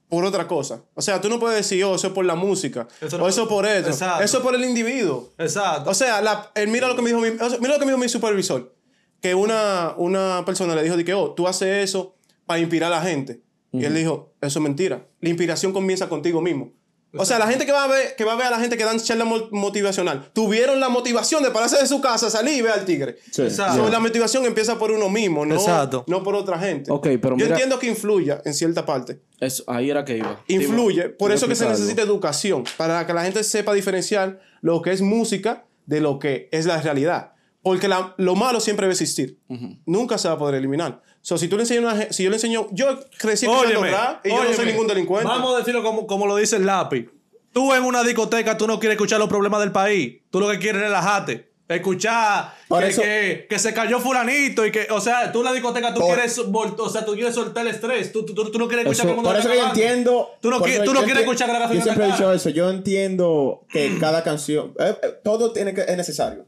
S2: por otra cosa. O sea, tú no puedes decir, oh, eso es por la música,
S4: Eso no-
S2: o eso es por esto,
S4: Exacto.
S2: eso es por el individuo.
S4: Exacto.
S2: O sea, la- eh, mira, lo que me dijo mi, o sea, mira lo que me dijo mi supervisor. Que una, una persona le dijo, de que, oh, tú haces eso para inspirar a la gente. Y él dijo, eso es mentira. La inspiración comienza contigo mismo. O sea, la gente que va a ver, que va a ver a la gente que dan charla mo- motivacional, tuvieron la motivación de pararse de su casa, salir y ver al tigre.
S3: Sí.
S4: Exacto.
S2: So, la motivación empieza por uno mismo, no,
S4: Exacto.
S2: no por otra gente.
S1: Ok, pero
S2: Yo
S1: mira-
S2: entiendo que influya en cierta parte.
S1: Eso- ahí era que iba.
S2: Influye.
S1: Dime,
S2: por
S1: dime
S2: eso que se
S1: explicarlo.
S2: necesita educación. Para que la gente sepa diferenciar lo que es música de lo que es la realidad. Porque la- lo malo siempre va a existir. Nunca se va a poder eliminar. So, si tú le enseñas a una ge- si yo le enseño, yo crecí escuchando
S4: Óyeme,
S2: rap y yo no soy
S4: óyeme.
S2: ningún delincuente.
S4: Vamos a decirlo como, como lo dice el lápiz. Tú en una discoteca, tú no quieres escuchar los problemas del país. Tú lo que quieres es relajarte. Escuchar
S3: Por
S4: que,
S3: eso-
S4: que, que se cayó fulanito y que, o sea, tú en la discoteca, tú
S3: Por-
S4: quieres, vol- o sea, tú quieres soltar el estrés. Tú, tú, tú- tú no quieres
S1: Eso-
S4: escuchar que el mundo
S3: Por eso
S4: está
S3: que yo
S4: acabando.
S3: entiendo.
S4: Tú no,
S3: por
S4: qui-
S3: eso
S4: tú no
S3: yo
S4: quieres
S3: enti-
S4: escuchar que la
S3: Yo
S4: canción
S3: siempre he
S4: está Mm.
S3: dicho eso. Yo entiendo que cada canción. eh, eh, todo tiene que, es necesario.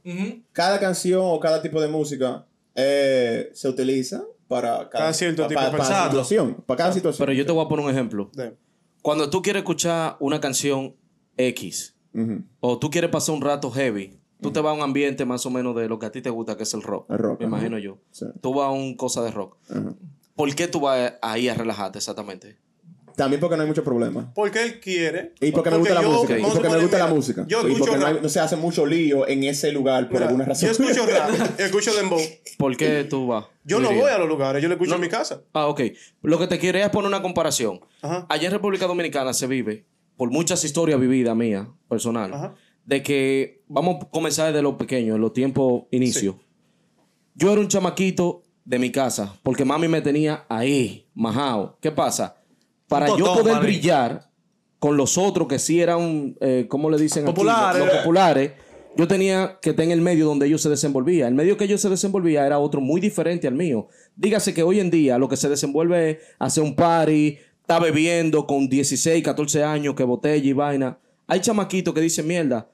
S3: Cada canción o cada tipo de música eh, se utiliza para cada,
S2: Cada cierto
S3: pa-
S2: tipo
S3: pa-
S2: de
S3: para cada
S4: pensado.
S3: situación. Para cada situación.
S1: Pero yo te voy a poner un ejemplo.
S2: De-
S1: Cuando tú quieres escuchar una canción X
S3: Ujú.
S1: o tú quieres pasar un rato heavy, tú te vas a un ambiente más o menos de lo que a ti te gusta, que es el rock.
S3: El rock,
S1: me
S3: ajá.
S1: imagino yo.
S3: Sí.
S1: Tú vas a un cosa de rock. ¿Por qué tú vas ahí a relajarte exactamente?
S3: También porque no hay muchos problemas.
S2: Porque él quiere.
S3: Y porque, me gusta la
S2: yo-
S3: música. Y
S2: vamos a
S3: porque me
S2: suponer,
S3: gusta la
S2: mira,
S3: música.
S2: Yo
S3: y
S2: escucho
S3: porque no, hay-
S2: rap.
S3: no se hace mucho lío en ese lugar por
S2: Mira,
S3: alguna razón.
S2: Yo escucho rap, escucho dembow.
S1: ¿Por qué tú vas?
S2: Eh, Yo no
S1: Diría.
S2: voy a los lugares, yo lo escucho en mi casa.
S1: Ah, ok. Lo que te quería es poner una comparación.
S2: Ajá.
S1: Allá en República Dominicana se vive, por muchas historias vividas mías, personal,
S2: Ajá.
S1: de que vamos a comenzar desde lo pequeño, en los tiempos inicio. Yo era un chamaquito de mi casa, porque mami me tenía ahí, majao. ¿Qué pasa? Para
S4: Un
S1: yo
S4: totón,
S1: poder
S4: maní.
S1: brillar con los otros que sí eran, eh, ¿cómo le dicen? aquí?
S4: Populares.
S1: Los populares. Yo tenía que estar en el medio donde ellos se desenvolvían. El medio que ellos se desenvolvían era otro muy diferente al mío. Dígase que hoy en día lo que se desenvuelve es hacer un party, está bebiendo con 16, 14 años, que botella y vaina. Hay chamaquitos que dicen, mierda,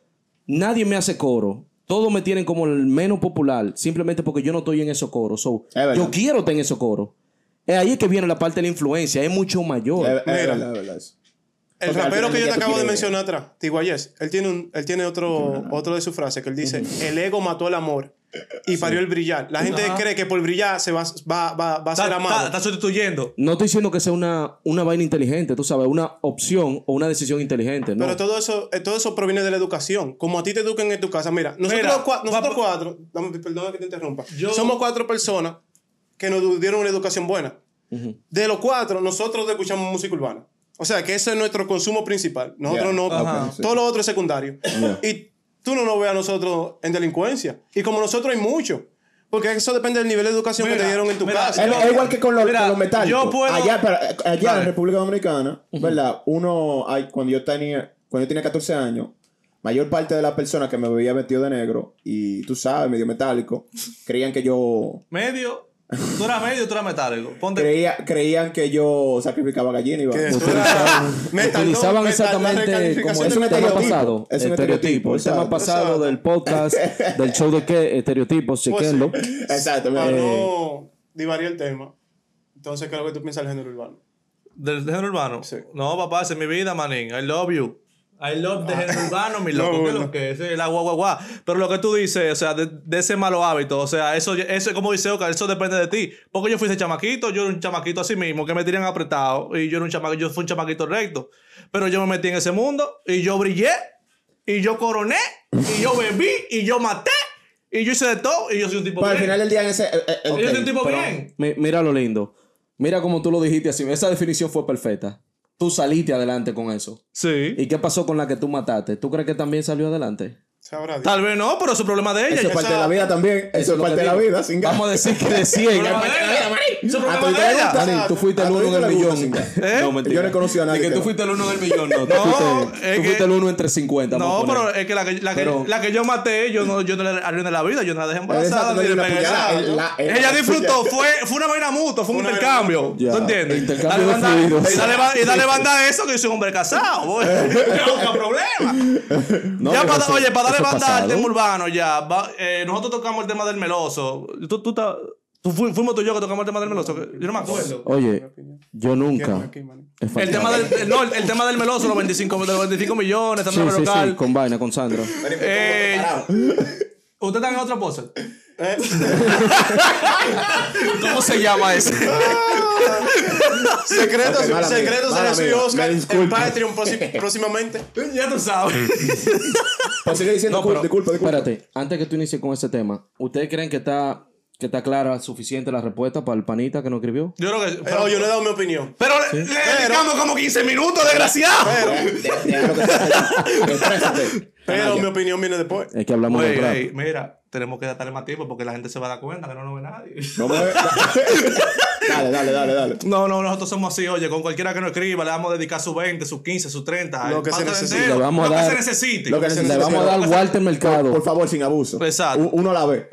S1: nadie me hace coro. Todos me tienen como el menos popular, simplemente porque yo no estoy en esos coros. So,
S3: Es verdad.
S1: yo quiero estar en esos coros. Es ahí que viene la parte de la influencia, es mucho mayor.
S3: Es- es
S2: Mira.
S3: verdad, es verdad eso.
S2: El
S3: Porque al
S2: rapero
S3: final
S2: que yo
S3: ya
S2: te
S3: tú
S2: acabo de
S3: quieres-
S2: mencionar atrás, Tiguayes, él tiene, un, él tiene otro, otro de sus frases que él dice, el ego mató al amor y parió el brillar. La gente cree que por brillar se va, va, va, va a
S4: Está,
S2: ser
S4: está-
S2: amado.
S4: está sustituyendo.
S1: No estoy diciendo que sea una, una vaina inteligente, tú sabes, una opción o una decisión inteligente, ¿no?
S2: Pero todo eso, eh, todo eso proviene de la educación. Como a ti te eduquen en tu casa. Mira, nosotros,
S4: Mira,
S2: cua- nosotros
S4: papá-
S2: cuatro, dame- perdona que te interrumpa,
S4: Yo-
S2: somos cuatro personas que nos dieron una educación buena. De los cuatro, nosotros escuchamos música urbana. O sea, que ese es nuestro consumo principal. Nosotros
S3: Yeah.
S2: no.
S4: Ajá.
S3: Ok, sí.
S2: Todo lo otro es secundario.
S3: Yeah.
S2: Y tú no nos ves a nosotros en delincuencia. Y como nosotros hay mucho. Porque eso depende del nivel de educación que
S4: Mira,
S2: te dieron en tu
S4: Ah, mira,
S2: casa.
S3: Es,
S4: Yo-
S3: es igual que con los,
S4: mira,
S3: con los metálicos.
S4: yo puedo-
S3: Allá, pero, eh, allá
S4: Dale.
S3: en República Dominicana, ¿verdad? Uno, ay, cuando yo tenía cuando yo tenía 14 años, mayor parte de las personas que me veía vestido de negro y tú sabes, medio metálico, creían que yo
S4: Medio. Tú eras medio, tú eras metálico. Ponte.
S3: creía, creían que yo sacrificaba gallina y iba.
S2: Que eso
S3: Ustedes
S2: era
S3: saben.
S2: metal,
S1: Utilizaban
S2: no, metal, la
S1: exactamente
S2: recalificación
S1: como
S3: es
S1: el
S2: de
S3: un
S1: tema
S2: metal.
S3: estereotipo,
S1: pasado.
S3: es un
S1: estereotipo.
S3: estereotipo,
S1: El tema
S3: exacto.
S1: pasado del podcast, del show de qué,
S3: Pues
S1: estereotipos, chequenlo.
S3: Exacto, mira.
S2: Para Ah, no divariar el tema. Entonces, ¿qué es lo que tú piensas del género urbano?
S4: Del género urbano.
S2: Sí.
S4: No, papá, esa es mi vida, manín. I love you. I love
S3: Ah.
S4: the género urbano, mi loco.
S2: No,
S4: ¿Qué es
S2: no.
S4: lo que es? Es La guau, guau, guau. Pero lo que tú dices, o sea, de, de ese malo hábito, o sea, eso, eso es como dice Oca, eso depende de ti. Porque yo fui ese chamaquito, yo era un chamaquito así mismo, que me tiran apretado. Y yo era un chamaquito, yo fui un chamaquito recto. Pero yo me metí en ese mundo y yo brillé, y yo coroné, y yo bebí, y yo maté, y yo hice de todo, y yo soy un tipo
S3: Pero Pues al
S4: bien.
S3: final del día en ese. eh, eh,
S4: Y yo soy
S3: ok,
S4: un tipo
S3: pero-
S4: bien.
S1: Mi- mira lo lindo. Mira como tú lo dijiste así. Esa definición fue perfecta. Tú saliste adelante con eso.
S4: Sí.
S1: ¿Y qué pasó con la que tú mataste? ¿Tú crees que también salió adelante?
S2: Sabrá Dios.
S4: Tal vez no, pero es un problema de ella.
S3: Eso es
S4: Yo-
S3: parte de la vida también. Eso es
S1: lo que
S3: parte de la
S1: digo.
S3: vida, sin gas.
S1: Vamos a decir que de 100.
S4: Problema de ella, Es un
S3: A
S4: problema
S3: tu
S4: de ella.
S3: interés,
S1: Dani, tú fuiste
S3: A
S1: el uno
S3: todito
S1: del
S3: le gusta,
S1: millón.
S3: sin gas.
S4: ¿Eh?
S3: Yo no he conocido a nadie
S1: De que
S3: que
S1: tú
S3: no.
S1: fuiste el uno del millón, no. Tú
S4: No,
S1: fuiste,
S4: es
S1: tú
S4: que-
S1: fuiste el uno entre 50. vamos
S4: No,
S1: a poner.
S4: pero es que la que, la que,
S1: Pero-
S4: la que yo maté, yo no, yo no le arruiné la vida, yo no la dejé embarazada,
S3: Exacto,
S4: ni
S3: no le
S4: le pegué
S3: apoyaron.
S4: nada.
S3: El- la- el-
S4: Ella
S3: la-
S4: disfrutó, fue, fue una vaina mutua, fue un
S2: Una vaina
S4: intercambio.
S1: Ya,
S4: ¿Tú entiendes?
S1: intercambio
S4: dale
S1: de
S4: banda,
S1: fluidos.
S4: y dale ba- y dale banda a eso que yo soy un hombre casado. boy. No, no problema.
S1: No,
S4: ya
S1: pero
S4: para-
S1: eso-
S4: oye, para darle
S1: eso es
S4: banda al
S1: pasado.
S4: tema urbano, ya. va- eh, nosotros tocamos el tema del meloso. Tú, tú, ta- tú fu- fuimos tú y yo que tocamos el tema del meloso. que- Yo no me acuerdo.
S1: Oye, yo nunca.
S2: Aquí, man.
S1: Es
S4: El
S1: fantástico.
S4: tema del, no, el, el tema del meloso, los 25, de los 25 millones, también
S1: Sí, sí,
S4: local.
S1: sí, con vaina, con Sandra.
S4: Eh, ¿Usted está en otra pose?
S2: Eh,
S4: ¿Cómo se llama ese?
S2: Secretos,
S3: Ok, mala
S2: secretos
S3: mía, mala
S2: de Jesús y
S3: mía,
S2: Oscar
S3: me disculpo.
S2: en Patreon posi- próximamente. Eh,
S4: ya tú sabes.
S3: Pues sigue diciendo
S4: No, pero-
S3: cul- disculpa, disculpa.
S1: Espérate, antes que tú inicies con ese tema, ¿ustedes creen que está, que está clara suficiente la respuesta para el panita que nos escribió?
S4: Yo creo que.
S2: Pero
S4: Pero,
S2: yo no he dado mi opinión.
S4: pero le- le dedicamos como 15 minutos, desgraciado.
S3: Déjalo que se- Exprésate.
S2: Pero mi opinión viene después.
S1: Es que hablamos
S4: Ey,
S1: de rap.
S4: ey, mira, tenemos que darle más tiempo porque la gente se va a dar cuenta que no nos ve nadie.
S3: Vamos a ver. Dale, dale, dale, dale.
S4: No, no, nosotros somos así, oye, con cualquiera que nos escriba le vamos a dedicar sus 20, sus 15, sus 30.
S2: Lo
S4: el
S2: que se
S4: pato
S2: necesite.
S4: entero,
S1: Le vamos a
S4: lo que
S1: dar-
S4: se necesite.
S3: Lo que
S1: Le
S3: necesite.
S1: vamos a dar Walter Mercado.
S3: Por favor, sin abuso.
S4: Exacto.
S3: U- Uno a la vez.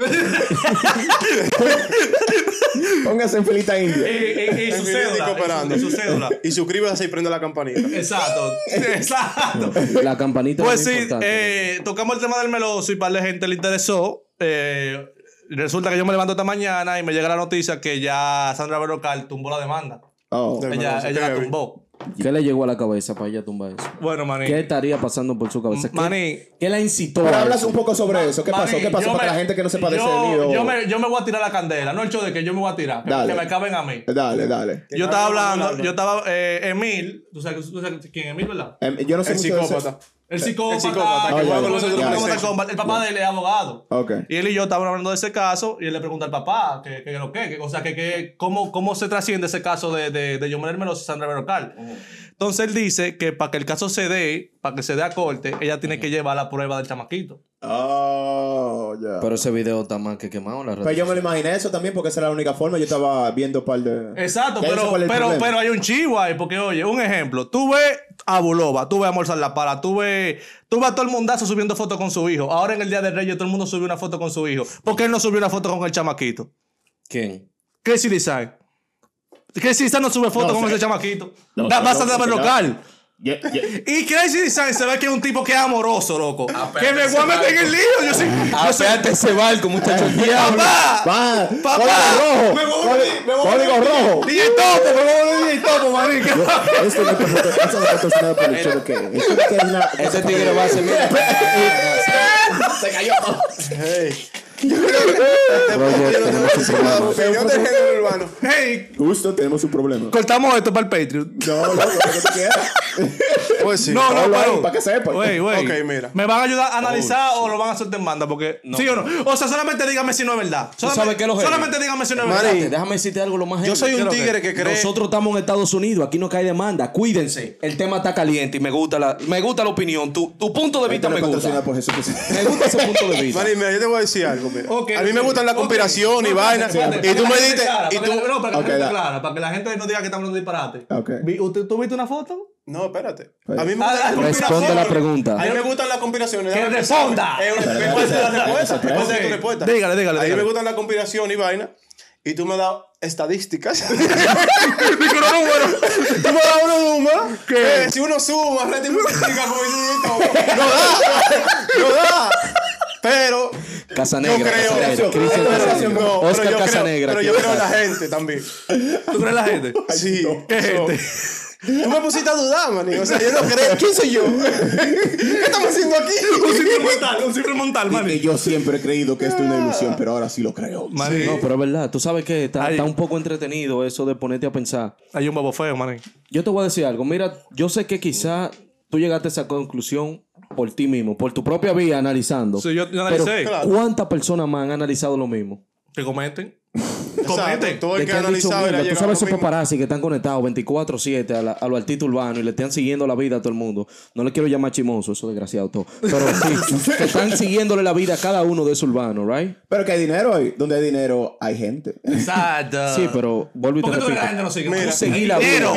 S3: Póngase en filita
S4: Y,
S3: india.
S4: y- y su
S2: En
S4: cédula.
S2: Verídico Operando.
S4: Y su, y su cédula.
S2: Y suscríbase y prende la campanita.
S4: Exacto. Exacto.
S1: La campanita
S4: Pues
S1: es
S4: sí,
S1: muy importante.
S4: eh, tocamos el tema del meloso y para la gente le interesó. Eh, resulta que yo me levanto esta mañana y me llega la noticia que ya Sandra Berrocal tumbó la demanda.
S3: Oh.
S2: Del
S4: Ella,
S2: meloso,
S4: ella la
S2: heavy.
S4: tumbó.
S1: ¿Qué le llegó a la cabeza para ella tumbar eso?
S4: Bueno, maní.
S1: ¿Qué estaría pasando por su cabeza? ¿Qué,
S4: Maní.
S1: qué la incitó
S3: Pero
S1: a
S3: hablas
S1: eso?
S3: un poco sobre eso. ¿Qué pasó?
S4: Maní,
S3: ¿Qué pasó
S4: yo
S3: para
S4: me-
S3: la gente que no sepa de ese
S4: yo-
S3: lío?
S4: Yo me, yo me voy a tirar la candela. No el show de que yo me voy a tirar. que-
S3: Dale.
S4: Que me caben a mí.
S3: Dale, dale.
S4: Yo
S2: caben a
S4: estaba
S2: mí,
S4: hablando,
S2: Lalo.
S4: yo estaba. eh, Emil, tú sabes, tú sabes quién es Emil, ¿verdad?
S3: Em, Yo no sé
S2: El
S3: mucho de ese-
S2: psicópata.
S4: El psicópata.
S2: El psicópata, que
S3: juega
S4: que juega
S3: con
S4: con
S3: los otros
S4: el
S2: PlayStation.
S4: combat- El papá de él es abogado.
S3: Ok.
S4: Y él y yo estábamos hablando de ese caso y él le pregunta al papá que, que lo que, que- o sea, que, que cómo, cómo se trasciende ese caso de, de, de Yomel Meloso y Sandra Berrocal. Entonces él dice que para que el caso se dé, para que se dé a corte, ella tiene que llevar la prueba del chamaquito.
S3: Oh, ya.
S1: Pero ese video está más que quemado en la red.
S3: Pero yo me lo imaginé eso también porque esa era la única forma. Yo estaba viendo un par de.
S4: Exacto,
S3: Ya yo sé
S4: pero,
S3: cuál es el
S4: pero,
S3: problema.
S4: pero hay un chivo ahí, porque oye, un ejemplo, tú ves a Buloba, tú ves a Morzán La Para, tú ves, tú ves a todo el mundazo subiendo fotos con su hijo. Ahora en el Día del Reyes todo el mundo subió una foto con su hijo. ¿Por qué él no subió una foto con el chamaquito?
S1: ¿Quién?
S4: ¿Qué si Design? ¿Qué si Design no sube fotos
S3: No
S4: con
S3: sé.
S4: ese chamaquito?
S3: No
S4: Da-
S3: sé,
S4: Vas a
S3: no,
S4: dar
S3: no.
S4: local.
S3: Yo- yo-
S4: Y Crazy Design se ve que es un tipo que es amoroso, loco. que me voy a meter en el lío. Yo soy. Yo soy
S1: ese barco, muchacho.
S4: papá.
S3: ¡Va!
S4: Papá.
S3: ¡Código rojo!
S4: Me voy a
S3: Código-
S4: morir, me voy a
S3: ¡Código rojo!
S4: DJ Topo, me voy a volver DJ Topo, marica.
S3: Esto no es esto no es patrocinado por el Cholo que. el Cholo que es una-
S1: Ese tigre va a ser...
S3: Se cayó.
S2: Hey. Este
S1: Roger, tenemos un problema.
S2: Opinión del género urbano.
S4: ¡Hey!
S3: Justo tenemos un problema.
S4: Cortamos esto para el Patreon.
S3: No, loco, lo que tú quieras.
S2: Pues sí.
S4: No, no,
S3: Ponlo ahí,
S4: pero.
S3: para que sepa.
S4: Wey, wey.
S2: Ok, mira.
S4: ¿Me van a ayudar a analizar o lo van a hacer demanda? Porque. ¿Sí o no? O sea, solamente dígame si no es verdad. Solamente,
S1: sabes qué es lo heavy?
S4: solamente dígame si no es
S2: Mari,
S4: verdad.
S1: Espérate, déjame decirte algo lo más
S2: Yo
S1: heavy.
S2: soy un
S4: creo que-
S2: tigre que cree.
S1: Nosotros estamos en Estados Unidos, aquí no cae demanda. Cuídense. El tema está caliente y me gusta la, me gusta la opinión. Tu, tu punto de vista me
S3: Patrocinado
S1: gusta.
S3: por Jesucristo.
S1: Me gusta ese punto de vista.
S2: Mari, mira, yo te voy a decir algo. mira.
S4: Ok,
S2: a mí me
S4: ok,
S2: gustan las
S4: ok.
S2: conspiraciones
S4: No,
S2: y vainas.
S4: espérate, espérate,
S2: Y tú me
S4: espérate,
S2: diste.
S4: para que
S2: Y
S4: la gente
S2: tú.
S4: clara, para que la
S3: Ok,
S4: gente
S3: da.
S4: clara, para que la gente no diga que estamos hablando disparate.
S3: Ok.
S4: Vi- ¿Usted, ¿Tú viste una foto?
S2: No, espérate. A mí me gustan
S4: Ah,
S2: las
S4: responde
S2: conspiraciones.
S1: la pregunta.
S2: A mí me gustan las conspiraciones.
S4: ¡Que
S2: déjame
S4: responda!
S2: Es una es parte de la respuesta. es parte de tu respuesta.
S4: Dígale, dígale,
S2: A mí
S4: dígale.
S2: me gustan las conspiraciones y vainas. Y tú me has dado estadísticas. Tú me das uno de humo,
S4: ¿Qué?
S2: eh, si uno suma, resta y multiplica como dice Luis, no da, no da. Pero
S1: Casa
S2: yo
S1: Negra,
S2: creo,
S1: Casa
S2: pero-
S1: Negra. Cristian
S2: pero-
S1: Casa Negra.
S2: no, pero
S1: Oscar
S2: yo creo-
S1: Casa Negra.
S2: Pero
S1: aquí
S2: yo creo en
S1: está.
S2: la gente también.
S4: ¿Tú crees la gente? Este,
S2: Sí.
S4: ¿Qué
S2: so,
S4: gente?
S2: Tú me pusiste a dudar, man. O sea, yo no creo. ¿Quién soy yo? ¿Qué estamos haciendo aquí?
S4: Un cifre montal, un cifre montal,
S3: Y
S4: mani.
S3: yo siempre he creído que esto es una ilusión, pero ahora sí lo creo.
S4: Mani,
S1: No, pero es verdad. Tú sabes que está,
S4: Ay.
S1: está un poco entretenido eso de ponerte a pensar.
S4: hay un bobo feo, mani.
S1: Yo te voy a decir algo. Mira, yo sé que quizá tú llegaste a esa conclusión por ti mismo, por tu propia vida analizando.
S4: Sí, yo- yo
S1: Pero,
S4: analicé.
S2: Claro.
S1: ¿Cuántas personas más han analizado lo mismo?
S4: Que comenten.
S2: Exacto,
S4: Comenten.
S2: Todo el
S1: De
S2: que
S1: que
S2: ha
S1: han dicho,
S2: analizado
S1: "Mira,
S2: era
S1: tú
S2: llegar a
S1: sabes
S2: lo
S1: esos
S2: mismo.
S1: paparazzi que están conectados 24-7 a, la- a los artistas urbanos y le están siguiendo la vida a todo el mundo. No le quiero llamar chimoso, eso desgraciado todo. Pero sí, que están siguiéndole la vida a cada uno de esos urbanos, ¿right?
S3: Pero que hay dinero ahí. Donde hay dinero, hay gente.
S4: Exacto.
S1: Sí, pero vuelvo y te
S4: ¿Por qué tú crees que la gente
S1: repito.
S4: no sigue?
S2: Mira,
S4: Tú
S1: seguí la
S4: dinero.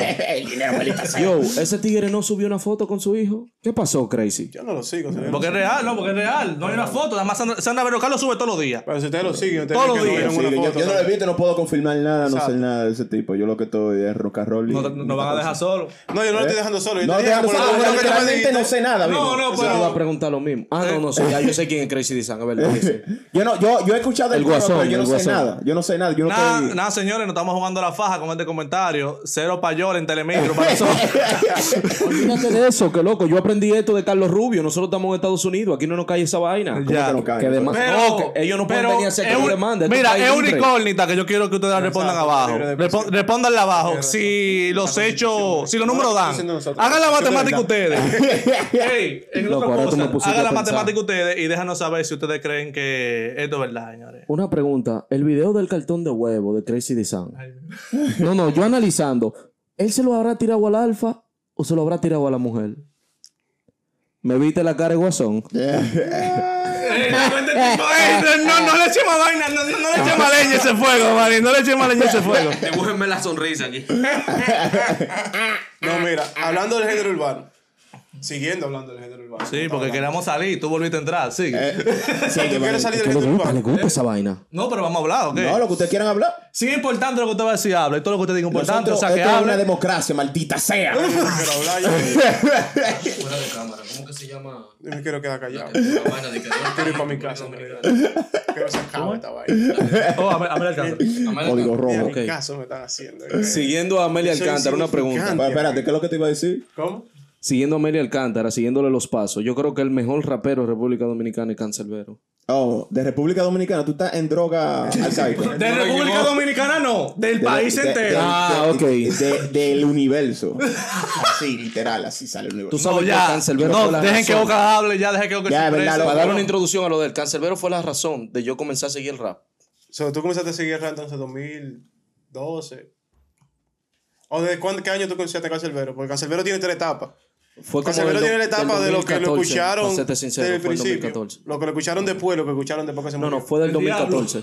S1: vida. Yo, ese tigre no subió una foto con su hijo. ¿Qué pasó, Crazy?
S2: Yo no lo sigo. señor.
S4: Porque es real, no, porque es real. No hay una foto. Nada más Sandra, Sandra Berrocal lo sube todos los días.
S2: Pero si ustedes lo siguen, ustedes
S4: Todos
S2: ven
S4: los
S2: que no
S3: Sí,
S4: días.
S2: vieron
S3: yo,
S2: una
S3: yo
S2: foto,
S3: no
S2: ¿no?
S3: le vi, no puedo confirmar nada, no
S2: Exacto.
S3: sé nada de ese tipo. Yo lo que estoy es rock and roll. y-
S4: No, te- no van a dejar solo.
S2: No, yo no lo estoy dejando solo. Yo
S3: ¿Eh? No,
S2: te dije,
S3: déjalo
S2: por lo
S3: solo,
S2: menos
S3: porque
S2: que tú me
S3: realmente
S2: dijiste.
S3: no sé nada,
S4: No,
S3: viejo.
S4: no,
S1: Yo te iba a
S4: pero.
S1: preguntar lo mismo. Ah, no, no sé. Ya yo sé quién es Crazy Dizan, es verdad.
S3: Yo no, yo, yo he escuchado del
S1: El
S3: tema,
S1: guasón,
S3: pero yo no
S1: el
S3: sé
S1: guasón.
S3: nada. Yo no sé nada. Yo no
S4: Nada,
S3: estoy-
S4: nada, señores, nos estamos jugando la faja con este comentario. Cero payola en Telemicro para nosotros.
S1: Olvídate de eso, que loco. Yo aprendí esto de Carlos Rubio. Nosotros estamos en Estados Unidos. Aquí no nos cae esa vaina.
S3: ¿Cómo
S4: Ya.
S3: que no cae?
S1: Que de más-
S4: Pero,
S1: No, que ellos no pueden
S4: pero
S1: venir a hacer que
S4: es
S1: yo
S4: un-
S1: le mande. Esto
S4: Mira,
S1: país
S4: es una
S1: libre.
S4: incórdita que yo quiero que ustedes la respondan
S2: Exacto,
S4: abajo.
S2: libre de
S4: Respon-
S2: presión.
S4: Respondanla abajo. Si los hechos, si los números dan.
S2: diciendo nosotros.
S4: Hagan la
S2: Yo de
S4: matemática ustedes. Ey, en
S1: Loco,
S4: otra
S1: ahora tú
S4: cosa,
S1: me pusiste
S4: hagan
S1: a
S4: la
S1: pensar.
S4: matemática ustedes y déjanos saber si ustedes creen que esto es verdad, señores.
S1: Una pregunta. El video del cartón de huevo de Crazy Design. No, no, yo analizando. ¿Él se lo habrá tirado al alfa o se lo habrá tirado a la mujer? ¿Me viste la cara de guasón?
S4: Ey, no, este tipo, ey, no, no le echemos vaina, no, no- no le echemos leña a ese fuego, Mari, no le echemos leña a ese fuego.
S5: Dibújenme la sonrisa aquí.
S2: No, mira, hablando del género urbano. Siguiendo hablando del género urbano.
S4: Sí, porque queríamos salir, tú volviste a entrar, sí.
S1: Eh,
S2: Si tú quieres salir
S1: Que
S2: del género
S1: le gusta, le
S2: urbano.
S1: gusta esa vaina.
S4: No, pero vamos a hablar, ¿ok?
S3: No, lo que ustedes quieran hablar.
S4: Sí, es importante lo que usted va a decir, habla. Y todo lo que usted diga es importante,
S3: Nosotros-
S4: o sea, que
S3: esto es una
S4: hable.
S3: democracia, maldita sea.
S2: Pero hablar yo.
S5: Fuera de cámara, ¿cómo que se llama?
S2: Yo me quiero quedar callado.
S5: La vaina de que no
S2: Quiero ir para mi casa. me quiero ir. Quiero sacar esta vaina.
S4: Oh, a ver, a ver, alcanza.
S3: Código rojo.
S1: Ok.
S2: ¿Qué caso me están haciendo? eh.
S1: Siguiendo a Amelia
S2: Soy
S1: Alcántara, una pregunta.
S2: insignificante.
S3: Bueno, espérate, ¿qué es lo que te iba a decir?
S2: ¿Cómo?
S1: Siguiendo a Amelia Alcántara, siguiéndole los pasos. Yo creo que el mejor rapero de República Dominicana es Cancelbero.
S3: Oh, de República Dominicana, tú estás en droga alcaica.
S4: De República Dominicana no, del país
S3: de- de-
S4: entero.
S3: de-
S1: Ah,
S3: de-
S1: ok.
S3: de- del universo. Así, literal, así sale el
S1: Tú
S3: universo.
S1: sabes
S4: no,
S1: que
S4: ya.
S1: Cancelbero
S4: no,
S1: fue la
S4: dejen que
S1: razón.
S4: Boca hable, ya dejen que Boca
S3: Ya,
S4: se
S3: es verdad,
S4: exprese.
S1: Para dar una
S3: No.
S1: introducción a lo del Cancelbero fue la razón de yo comenzar a seguir el rap.
S2: So, tú comenzaste a seguir rap entonces 2012. ¿O desde cuándo, qué año tú conociste a Cancelbero? Porque Cancelbero tiene tres etapas.
S1: Fue como
S2: Cancelbero
S1: del-
S2: tiene la
S1: del
S2: etapa de lo que lo
S1: 2014,
S2: escucharon
S1: para serte sincero,
S2: desde el
S1: fue el
S2: principio.
S1: 2014.
S2: Lo que lo escucharon después, lo que escucharon después que se
S1: No,
S2: murió.
S1: no, fue del
S4: El diablo.
S1: 2014.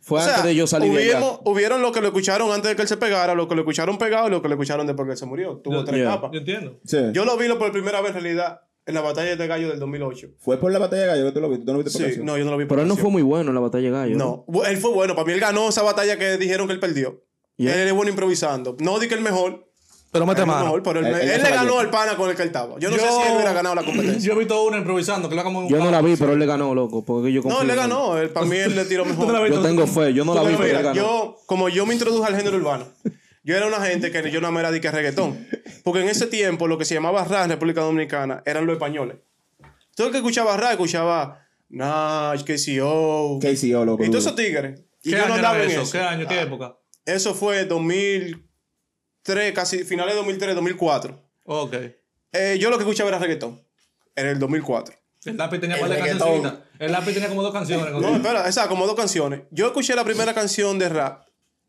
S1: Fue
S2: O sea,
S1: antes de yo salir de allá.
S2: hubiéramos- Hubieron lo que lo escucharon antes de que él se pegara, lo que lo escucharon pegado y lo que lo escucharon después que él se murió. Tuvo
S4: Yo-
S2: tres
S1: yo-
S2: etapas.
S4: Yo entiendo.
S3: Sí.
S2: Yo lo vi lo por primera vez en realidad en la batalla de este Gallo del 2008.
S3: Fue por la batalla de gallo que tú lo viste. Tú no lo viste por
S2: Sí,
S3: canción.
S2: no, yo no lo vi por
S1: Pero él no fue
S2: canción.
S1: muy bueno en la batalla de gallo.
S2: No, bu- él fue bueno. Para mí él ganó esa batalla que dijeron que él perdió.
S1: Yeah.
S2: Él es bueno improvisando. No di que el mejor,
S4: Pero mete
S2: Él no,
S4: mano.
S2: pero él,
S1: Eh,
S3: Él-
S2: me-
S3: él
S2: él
S3: hizo
S2: le
S3: la
S2: ganó
S3: dieta.
S2: al pana con el que él estaba. Yo no sé si él hubiera ganado la competencia.
S4: Yo he visto una improvisando, que la como un
S1: Yo no
S4: pavo.
S1: la vi, pero él le ganó, loco. Porque yo
S2: no,
S1: confío
S2: él le
S1: en él.
S2: ganó. Él, para mí él le tiró
S4: te la
S2: mejor.
S4: vi.
S1: Yo tengo fe. Yo no la vi,
S2: Porque
S1: pero él
S2: mira,
S1: ganó.
S2: yo, como yo me introduje al género urbano, yo era una gente que yo no me era de que reggaetón. Porque en ese tiempo lo que se llamaba rap en República Dominicana eran los españoles. Todo el que escuchaba rap escuchaba Nash, KCO.
S3: KCO, loco.
S2: Y todos
S3: duro.
S2: esos tigres. Y yo
S4: ¿Qué año
S2: no
S4: era
S2: andaba en
S4: eso?
S2: eso. Ah.
S4: ¿Qué año? ¿Qué época?
S2: Eso fue 2003, casi finales de 2003, 2004.
S4: Ok.
S2: Eh, yo lo que escuchaba era reggaetón. En el 2004.
S4: El lápiz tenía
S3: El
S4: par de
S3: reggaetón.
S4: cancioncitas. El lápiz tenía como dos canciones.
S2: No, espera, esa, como dos canciones. Yo escuché la primera canción de rap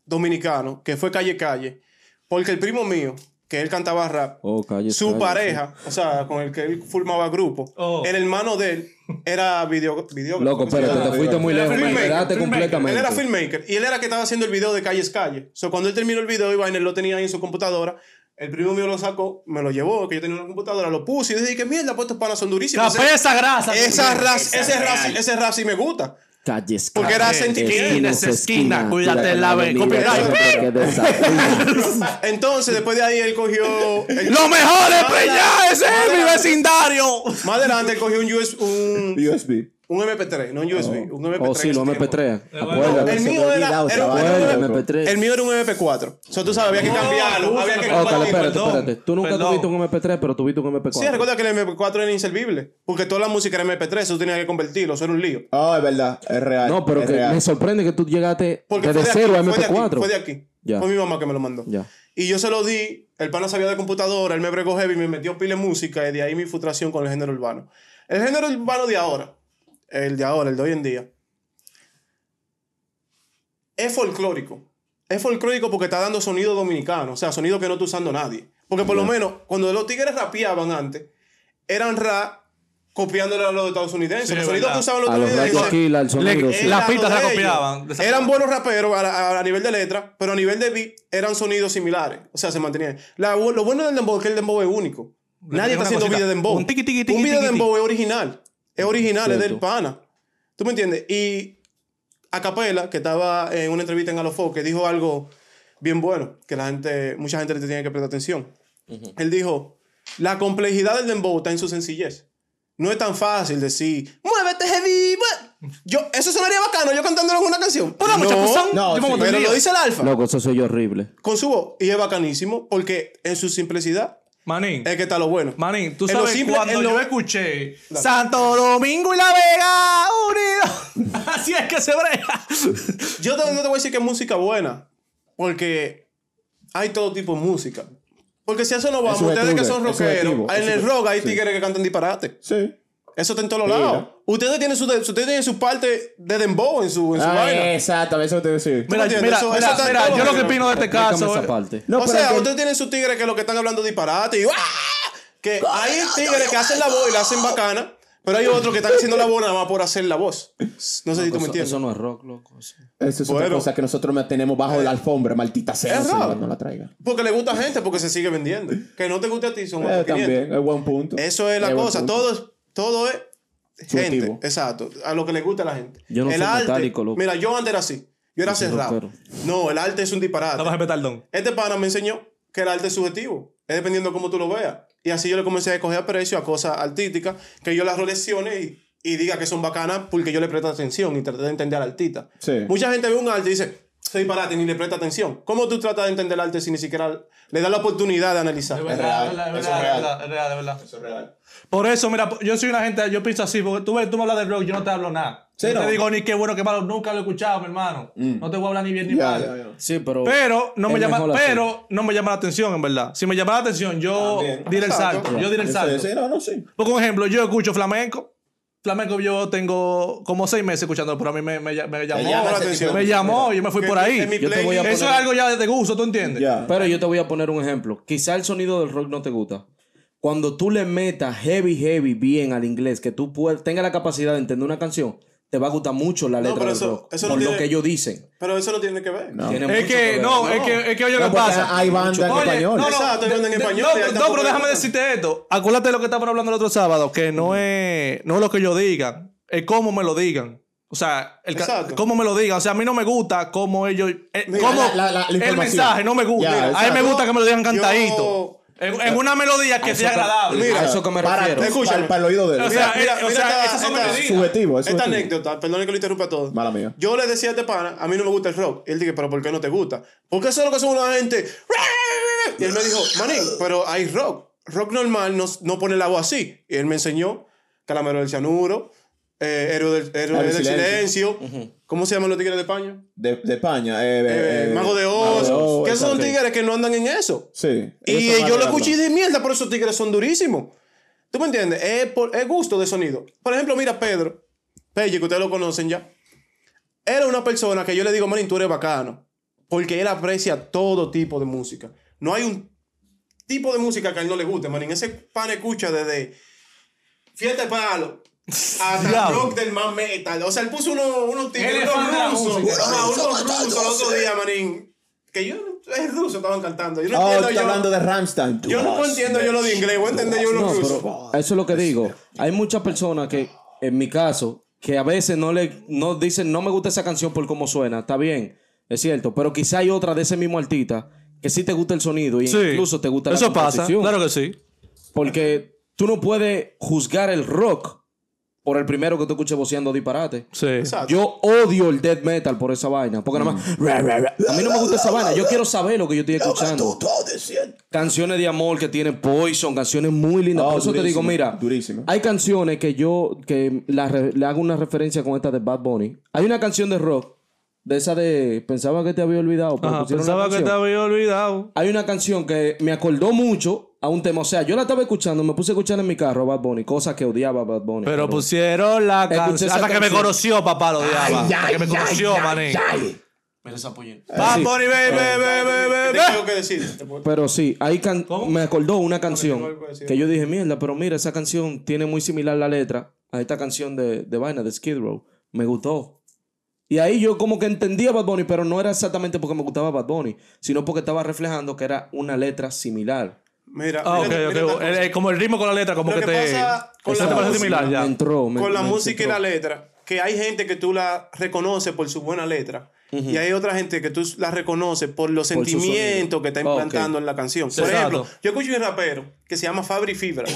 S2: dominicano, que fue Calle Calle, porque el primo mío, que él cantaba rap,
S1: Oh, calle,
S2: su
S1: calle,
S2: pareja, o sea, con el que él formaba grupo,
S4: Oh.
S2: el hermano de él era video, video
S1: sí. Loco, espérate, te fuiste muy
S4: Era
S1: lejos. Me
S4: filmmaker,
S1: quedaste
S4: filmmaker.
S1: completamente.
S2: Él era filmmaker y él era que estaba haciendo el video de Calles Calle. O sea, cuando él terminó el video, Iván él lo tenía ahí en su computadora. El primo mío lo sacó, me lo llevó, que yo tenía una computadora, lo puse y dije que mierda, pues estos panas son durísimos.
S4: Tapé esa grasa.
S2: Esa rap-
S3: Esa
S2: ese, rap,
S3: real.
S2: ese rap sí me gusta.
S1: Calles,
S2: Porque era
S1: calles,
S2: sentimiento.
S1: esquinas,
S4: Esquina,
S1: esquinas,
S4: cuídate la ve-
S1: avenida,
S4: copyright.
S1: que desafía.
S2: Entonces, después de ahí, él cogió. el-
S4: ¡Lo mejor de
S2: Más
S4: Peña!
S2: adelante-
S4: pues, ¡Ese es mi vecindario!
S2: Más adelante, él cogió un, US, un,
S3: USB.
S2: un MP3, no un USB, un MP3.
S1: Oh, sí,
S2: en
S1: lo
S2: ese tiempo.
S1: MP3.
S4: bueno,
S1: Acuérdate.
S2: El
S3: Se me
S2: mío
S3: ha
S2: era-
S3: olvidado,
S2: era un-
S3: chaval.
S2: era un
S1: Acuérdate, MP3.
S2: El mío era un MP4. O sea, tú sabes, había que cambiarlo, había que
S4: Oh,
S1: Ok,
S2: compartirlo.
S1: espérate,
S4: perdón,
S1: espérate. Tú nunca
S4: perdón.
S1: tuviste un MP3, pero tuviste un MP4.
S2: Sí, recuerda que el MP4 era inservible. Porque toda la música era MP3, eso tenía que convertirlo, eso era un lío.
S3: Oh, es verdad. Es real.
S1: No, pero
S3: es
S1: que
S3: real.
S1: me sorprende que tú llegaste
S2: Porque
S1: desde
S2: fue de
S1: cero
S2: aquí,
S1: a MP4.
S2: Fue de aquí. Fue, de aquí.
S1: Ya.
S2: Fue mi mamá que me lo mandó.
S1: Ya.
S2: Y yo se lo di, el pana sabía de computadora, él me bregó heavy, me metió pile música y de ahí mi frustración con el género urbano. El género urbano de ahora, el de ahora, el de hoy en día, es folclórico. Es folclórico porque está dando sonido dominicano, o sea, sonido que no está usando nadie. Porque por lo menos cuando los tigres rapeaban antes, eran rap copiándole a los estadounidenses.
S4: Sí,
S2: los
S4: es
S2: sonidos
S4: verdad.
S2: que usaban los
S1: A los
S2: estadounidenses.
S1: rayos aquí, la- el sonido.
S4: Le-
S1: sí.
S4: la-
S2: Eran
S4: Las pistas
S2: lo
S4: la
S2: de ellos.
S4: copiaban, de esa
S2: Eran
S4: forma.
S2: buenos raperos a, la- a- a nivel de letra, pero a nivel de beat eran sonidos similares. O sea, se mantenían. La- lo bueno del dembow es que el dembow es único.
S4: Le
S2: Nadie
S4: ponían
S2: está
S4: una
S2: haciendo
S4: cosita.
S2: video de dembow.
S4: Un tiqui, tiqui, tiqui,
S2: Un video de
S4: tiqui,
S2: dembow es original. Es original, es del
S1: Cierto.
S2: pana. ¿Tú me entiendes? Y Acapela, que estaba en una entrevista en Galofo, que dijo algo bien bueno, que la gente, mucha gente le tiene que prestar atención. Él dijo, la complejidad del dembow está en su sencillez. No es tan fácil decir, muévete heavy, mue-". yo Eso sonaría bacano, yo cantándolo en una canción. Pero,
S4: mucha cosa,
S3: no, sí.
S2: pero lo dice el alfa.
S1: Loco, eso soy horrible.
S2: Con su voz. Y es bacanísimo, porque en su simplicidad
S4: Manín.
S2: es que está lo bueno.
S4: Manín, tú
S2: En lo
S4: sabes
S2: simple,
S4: cuando
S2: en lo-
S4: yo escuché Santo Domingo y La Vega unidos. Así es que se brega.
S2: Yo te- no te voy a decir que es música buena, porque hay todo tipo de música. Porque si a eso no vamos, ustedes que
S3: subjetivo,
S2: son
S3: es subjetivo,
S2: rockeros,
S3: es
S2: en el
S3: subjetivo,
S2: rock hay
S3: sí.
S2: tigres que cantan disparate.
S3: Sí.
S2: Eso está en todos
S3: Sí,
S2: lados.
S3: ¿no?
S2: Ustedes tienen su, ustedes tienen su parte de dembow en su, en su
S3: Ah,
S2: vaina.
S3: exacto, a eso te decía.
S4: Mira,
S2: entiendes?
S4: mira,
S2: Eso-
S4: mira,
S2: eso está en
S4: mira,
S2: todo
S4: yo lo que
S2: género.
S4: opino de este
S1: Explícame
S4: caso.
S1: esa
S4: eh,
S1: parte.
S3: No,
S2: o
S3: pero
S2: sea,
S3: que-
S2: ustedes tienen sus tigres que lo que están hablando disparate y ¡guau! que hay tigres que hacen la voz y la hacen bacana, pero hay otros que están haciendo la voz nada más por hacer la voz. No sé si tú me
S1: Eso,
S2: entiendes.
S1: eso no es rock, loco. eso.
S3: Eso es otra
S2: Bueno.
S3: cosa que nosotros mantenemos bajo la alfombra, maldita sea.
S2: Es
S3: señor,
S2: raro.
S3: no la traiga.
S2: Porque le gusta a gente, porque se sigue vendiendo. Que no te guste a ti, son
S3: Eh,
S2: otros 500.
S3: también, es buen punto.
S2: Eso es la
S3: buen
S2: cosa.
S3: punto.
S2: Todo es, todo es gente.
S3: Subjetivo.
S2: Exacto. A lo que le gusta a la gente.
S1: Yo no
S2: el
S1: soy
S2: arte.
S1: metálico, loco.
S2: Mira, yo antes era así. Yo era
S1: Yo soy
S2: cerrado.
S1: rockero.
S2: No, el arte es un disparate.
S4: Nada más el petardón.
S2: Este pana me enseñó que el arte es subjetivo. Es dependiendo de cómo tú lo veas. Y así yo le comencé a coger precio a cosas artísticas que yo las relacione y, y diga que son bacanas porque yo le presto atención y traté de entender al artista.
S3: Sí.
S2: Mucha gente ve un arte y dice, soy disparate, ni le presta atención. ¿Cómo tú tratas de entender el arte si ni siquiera le das la oportunidad de analizar?
S3: verdad,
S4: Es
S3: eso es
S4: es
S3: real.
S4: es real, es verdad.
S3: Eso es real.
S4: Por eso, mira, yo soy una gente, yo pienso así, porque tú, ves- tú me hablas de rock, yo no te hablo nada.
S3: Sí,
S4: yo
S3: no.
S4: te digo ni qué bueno, qué malo, nunca lo he escuchado, mi hermano. No te voy a hablar ni bien ni
S3: Ya,
S4: mal.
S3: ya, ya.
S1: Sí, pero.
S4: Pero no me
S1: es
S4: llama,
S1: mejor así.
S4: pero no me llama la atención, en verdad. Si me llama la atención, yo
S3: También.
S4: diré el
S2: Exacto.
S4: salto. Yo diré el
S3: Eso
S4: salto.
S3: es, sí, no, no, sí.
S4: Por ejemplo, yo escucho flamenco. Flamenco yo tengo como seis meses escuchando, pero a mí me, me, ll- me llamó.
S3: llama
S4: la
S3: ese
S4: atención.
S3: tipo de
S4: Me llamó y yo me fui
S2: Que
S4: por ahí.
S2: en mi
S1: Yo te voy a
S2: playlist-
S4: Eso es algo ya de gusto, ¿tú entiendes?
S3: Ya.
S1: Pero yo te voy a poner un ejemplo. Quizá el sonido del rock no te gusta. Cuando tú le metas heavy, heavy bien al inglés, que tú puedas- tengas la capacidad de entender una canción, te va a gustar mucho la letra
S2: pero
S1: del
S2: eso-
S1: rock.
S2: eso no
S1: por lo
S2: tiene-
S1: que ellos dicen.
S2: Pero eso no tiene que ver.
S3: No.
S1: Tiene
S4: Es
S1: mucho
S4: que,
S1: ver.
S4: no, es que, es que oye lo
S3: No,
S4: que
S3: porque
S4: pasa.
S3: Hay bandas en
S4: Oye,
S3: español.
S4: No, no,
S2: Exacto, hay bandas en
S4: de-
S2: español,
S4: no,
S2: hay
S4: pero-
S2: tanto
S4: no, pero
S2: por
S4: déjame
S2: ahí.
S4: decirte esto. Acuérdate de lo que estábamos hablando el otro sábado, que no es, no es lo que yo diga, es cómo me lo digan. O sea, el ca-
S2: Exacto.
S4: cómo me lo digan. O sea, a mí no me gusta cómo ellos. eh,
S2: Mira,
S4: cómo
S3: la- la- la- la
S4: el
S3: información.
S4: mensaje no me gusta.
S3: Ya,
S4: Mira, a mí
S3: exacto.
S4: me gusta que me lo digan cantadito.
S2: Yo-
S4: en, en una melodía que sea
S1: Eso-
S4: agradable.
S1: a
S2: Mira,
S1: eso que me
S3: para,
S1: refiero.
S3: para-
S2: Escúchame.
S3: para el oído de él.
S4: O
S3: Mira,
S4: sea, eh, o sea, esas son
S2: esta-
S4: melodías.
S3: subjetivo, es
S2: Esta
S3: subjetivo.
S2: anécdota, perdón que lo interrumpa todo.
S3: Mala mía.
S2: Yo le decía a este pana, a mí no me gusta el rock. Y él dije, pero ¿por qué no te gusta? Porque eso es lo que son una gente. Y él me dijo, manín, pero hay rock. Rock normal no, no pone la voz así. Y él me enseñó Calamero del Cianuro, eh, Héroe del, Héroe
S3: Ah, del
S2: del Silencio.
S3: Silencio.
S2: ¿Cómo se llaman los tigres de España?
S3: De, de España. Eh, eh,
S2: Eh,
S3: eh,
S2: Mago de
S3: Mago
S2: Oz. que esos son
S3: exacto.
S2: tigres que no andan en eso.
S3: Sí.
S2: Y
S3: Eso
S2: eh,
S3: vale
S2: yo lo
S3: la
S2: escuché y
S3: pena.
S2: dije, mierda, pero esos tigres son durísimos. ¿Tú me entiendes? Es, por- es gusto de sonido. Por ejemplo, mira Pedro, Pelle, que ustedes lo conocen ya. Era una persona que yo le digo, Manin, tú eres bacano. Porque él aprecia todo tipo de música. No hay un tipo de música que a él no le guste, Manin. Ese pan escucha desde Fiesta de Palo hasta
S4: Diablo.
S2: rock del más metal. O sea, él puso uno- unos tigres,
S5: Él es
S2: unos
S5: fan de la
S2: rusos.
S5: música.
S2: Ajá, Unos rusos el otro día, Manin. Que yo, es ruso, estaban cantando. Yo no
S3: Oh,
S2: entiendo
S3: está
S2: yo.
S3: hablando de Ramstein.
S2: Yo no entiendo yo lo de inglés, voy a entender yo lo
S1: No,
S2: ruso.
S1: pero eso es lo que digo. Hay muchas personas que, en mi caso, que a veces no le no dicen, no me gusta esa canción por cómo suena. Está bien, es cierto. Pero quizá hay otra de ese mismo artista que sí te gusta el sonido y incluso te gusta la
S4: Eso pasa,
S1: composición.
S4: claro que sí.
S1: Porque tú no puedes juzgar el rock por el primero que te escuche voceando disparate.
S4: Sí.
S2: Exacto.
S1: Yo odio el death metal por esa vaina. Porque nada más. ra, ra, ra. A mí no me gusta esa vaina. Yo quiero saber lo que Mm. yo estoy escuchando. Canciones de amor que tiene Poison, canciones muy lindas.
S3: Oh,
S1: por eso te digo,
S3: durísimo,
S1: mira.
S3: durísimo.
S1: Hay canciones que yo que la re- le hago una referencia con esta de Bad Bunny. Hay una canción de rock. De esa de. Pensaba que te había olvidado. Pero
S4: Ajá,
S1: pusieron la
S4: pensaba que
S1: canción.
S4: te había olvidado.
S1: Hay una canción que me acordó mucho a un tema. O sea, yo la estaba escuchando, me puse a escuchar en mi carro a Bad Bunny, cosas que odiaba a Bad Bunny.
S4: Pero pues- pusieron la
S1: Escuché
S4: canción.
S1: esa
S4: Hasta que me
S1: canción.
S4: conoció, papá, lo odiaba. Hasta que me conoció, maní.
S5: Mira esa pollera.
S4: Bad Bunny, baby,
S2: Te
S4: baby, baby.
S2: tengo que decir. te puedo-
S1: Pero sí, ahí can- me acordó una canción
S2: algo que decir.
S1: que yo dije, mierda, pero mira, esa canción tiene muy similar la letra a esta canción de, de Vaina, de Skid Row. Me gustó. Y ahí yo como que entendía Bad Bunny, pero no era exactamente porque me gustaba Bad Bunny, sino porque estaba reflejando que era una letra similar.
S2: Mira,
S4: Ah, ok,
S2: mira- mira
S4: ok.
S2: esta
S4: El-
S2: cosa.
S4: el- Como el ritmo con la letra, como
S2: Lo
S4: que
S2: que
S4: te.
S2: pasa con
S4: Eso
S2: la
S4: te parece
S2: música-
S4: similar ya.
S1: Me entró. me-
S2: Con la
S1: me
S2: música y
S1: entró.
S2: la letra, que hay gente que tú la reconoces por su buena letra. Y hay otra gente que tú la reconoces por los
S1: Por su
S2: sentimientos
S1: sonido.
S2: que está
S1: Ah,
S2: implantando
S1: ok.
S2: en la canción. Por
S4: Exacto.
S2: ejemplo, yo escucho un rapero que se llama Fabri Fibra.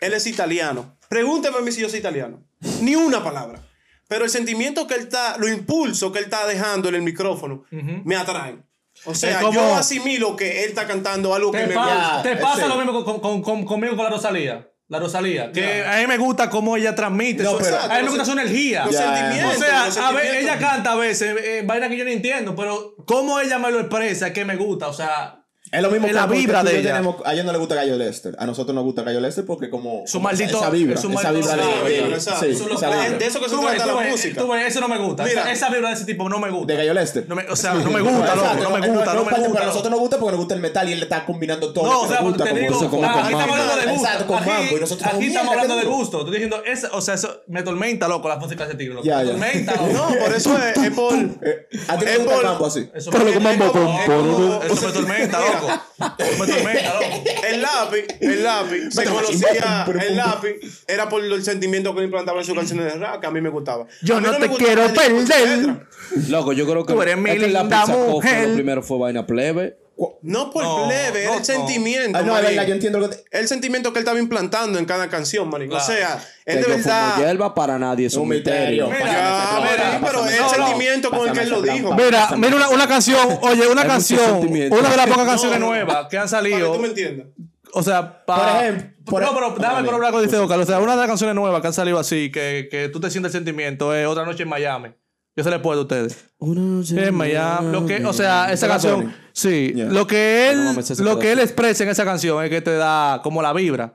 S2: él es italiano. Pregúntame a mí si yo soy italiano. Ni una palabra. Pero el sentimiento que él está, lo impulso que él está dejando en el micrófono, me atraen. O sea,
S4: como-
S2: yo asimilo que él está cantando algo que
S4: Te,
S2: me
S4: pa-
S2: gusta.
S4: te pasa
S3: ese.
S4: lo mismo con, con- con- conmigo con la Rosalía. La Rosalía. Que a mí me gusta cómo ella transmite.
S3: No,
S4: su-
S3: pero-
S4: a mí me gusta su energía.
S2: Los
S3: Ya,
S2: sentimientos.
S4: O sea,
S2: los
S4: a ver,
S2: sentimientos.
S4: ella canta a veces, eh, vaina que yo no entiendo, pero cómo ella me lo expresa, es que me gusta, o sea,
S3: Es lo mismo
S4: Es la
S3: porque
S4: vibra
S3: tú y
S4: de
S3: yo
S4: ella.
S3: tenemos- a ellos no les gusta Gallo Lester. A nosotros nos gusta Gallo Lester porque como...
S4: Su
S3: como esa-
S4: maldito-
S3: Esa vibra.
S4: su
S3: esa
S4: maldito-
S3: vibra de-
S4: Ah,
S3: de...
S2: bueno, esa-
S3: sí,
S2: eso es lo
S3: esa
S2: que-
S3: vibra.
S2: de eso que se
S4: Tú ves,
S2: trata
S4: tú
S2: la
S4: ves,
S2: música.
S4: tú ves, eso no me gusta,
S2: Mira.
S4: esa, esa vibra de ese tipo no me gusta.
S3: De Gallo Lester.
S4: No me- o sea, no me gusta, loco,
S3: Exacto,
S4: no me
S3: es- es
S4: gusta, no me
S3: parte,
S4: gusta.
S3: Pero a nosotros nos gusta porque nos gusta el metal y él le está combinando todo.
S4: No,
S3: lo
S4: o
S3: que nos
S4: sea, te
S3: gusta
S4: digo,
S1: eso, como
S4: ah,
S1: con
S4: aquí estamos
S1: mambo.
S4: hablando de gusto.
S3: Exacto, con
S4: aquí
S3: mambo, y nosotros
S4: aquí
S3: como,
S4: estamos
S3: mierda,
S4: hablando
S3: qué
S4: de
S3: duro.
S4: gusto. Estoy diciendo, esa- o sea, eso me tormenta, loco, la música de ese tigre. loco.
S3: Ya,
S4: me
S3: ya.
S4: tormenta, loco.
S2: No, por eso es, es por.
S1: Eh,
S3: A ti te
S2: Es
S3: gusta
S2: por-
S3: el mambo así.
S4: Eso
S1: Pero
S4: me,
S1: lo que
S4: eso
S1: mambo, pom,
S4: me-
S1: pom, pom.
S4: eso me tormenta, loco. Eso me tormenta, loco.
S2: El lápiz, el lápiz, se
S3: Mátame,
S2: conocía,
S3: mátame, pero-
S2: el lápiz era por el sentimiento que le implantaba en sus canciones de rap, que a mí me gustaba.
S4: Yo
S2: A mí
S4: no
S2: me
S4: te
S2: gustaba
S4: quiero
S2: el discurso de
S4: perder.
S2: letra.
S1: Loco, yo creo que,
S4: Tú eres mi
S1: es que la
S4: linda
S1: pizza Costa
S4: mujer.
S1: lo primero fue Vaina Plebe.
S2: No por
S4: No,
S2: plebe,
S4: no,
S2: era el
S4: no.
S2: sentimiento.
S3: Ah, no, es
S2: manín.
S3: verdad, yo entiendo lo que... te-
S2: El sentimiento que él estaba implantando en cada canción, manín. O
S4: Claro.
S2: sea,
S1: Que
S2: él de
S1: yo
S2: verdad.
S1: fumo hierba para nadie, es un,
S3: Un
S1: misterio.
S3: misterio.
S2: Ya,
S3: Pásame ese
S2: manín,
S3: tron,
S2: pero es
S3: pásame
S2: el
S3: ese tron,
S2: sentimiento con el que él lo
S3: pásame ese
S2: dijo.
S3: tron,
S4: Mira,
S3: pásame
S4: mira una, una canción, oye, una
S1: Hay mucho
S4: canción,
S1: sentimiento.
S4: una de las pocas
S2: No,
S4: canciones
S2: no, no.
S4: nuevas que han
S2: Para que tú me
S4: salido.
S2: entiendas.
S4: O sea, Pues para.
S3: Por ejemplo, por-
S4: no, pero
S3: para
S4: dame
S3: mí.
S4: por hablar con dice Oscar. O sea, una de las canciones nuevas que han salido así, que, que tú te sientes el sentimiento, es Otra Noche en Miami. Yo se les puedo a ustedes. En Miami. Lo que, o sea, esa
S3: Bad Bunny.
S4: canción. Sí.
S3: Yeah.
S4: Lo
S1: No
S4: que él,
S1: mames, ese
S4: lo que él
S1: pedazo.
S4: expresa en esa canción es que te da como la vibra.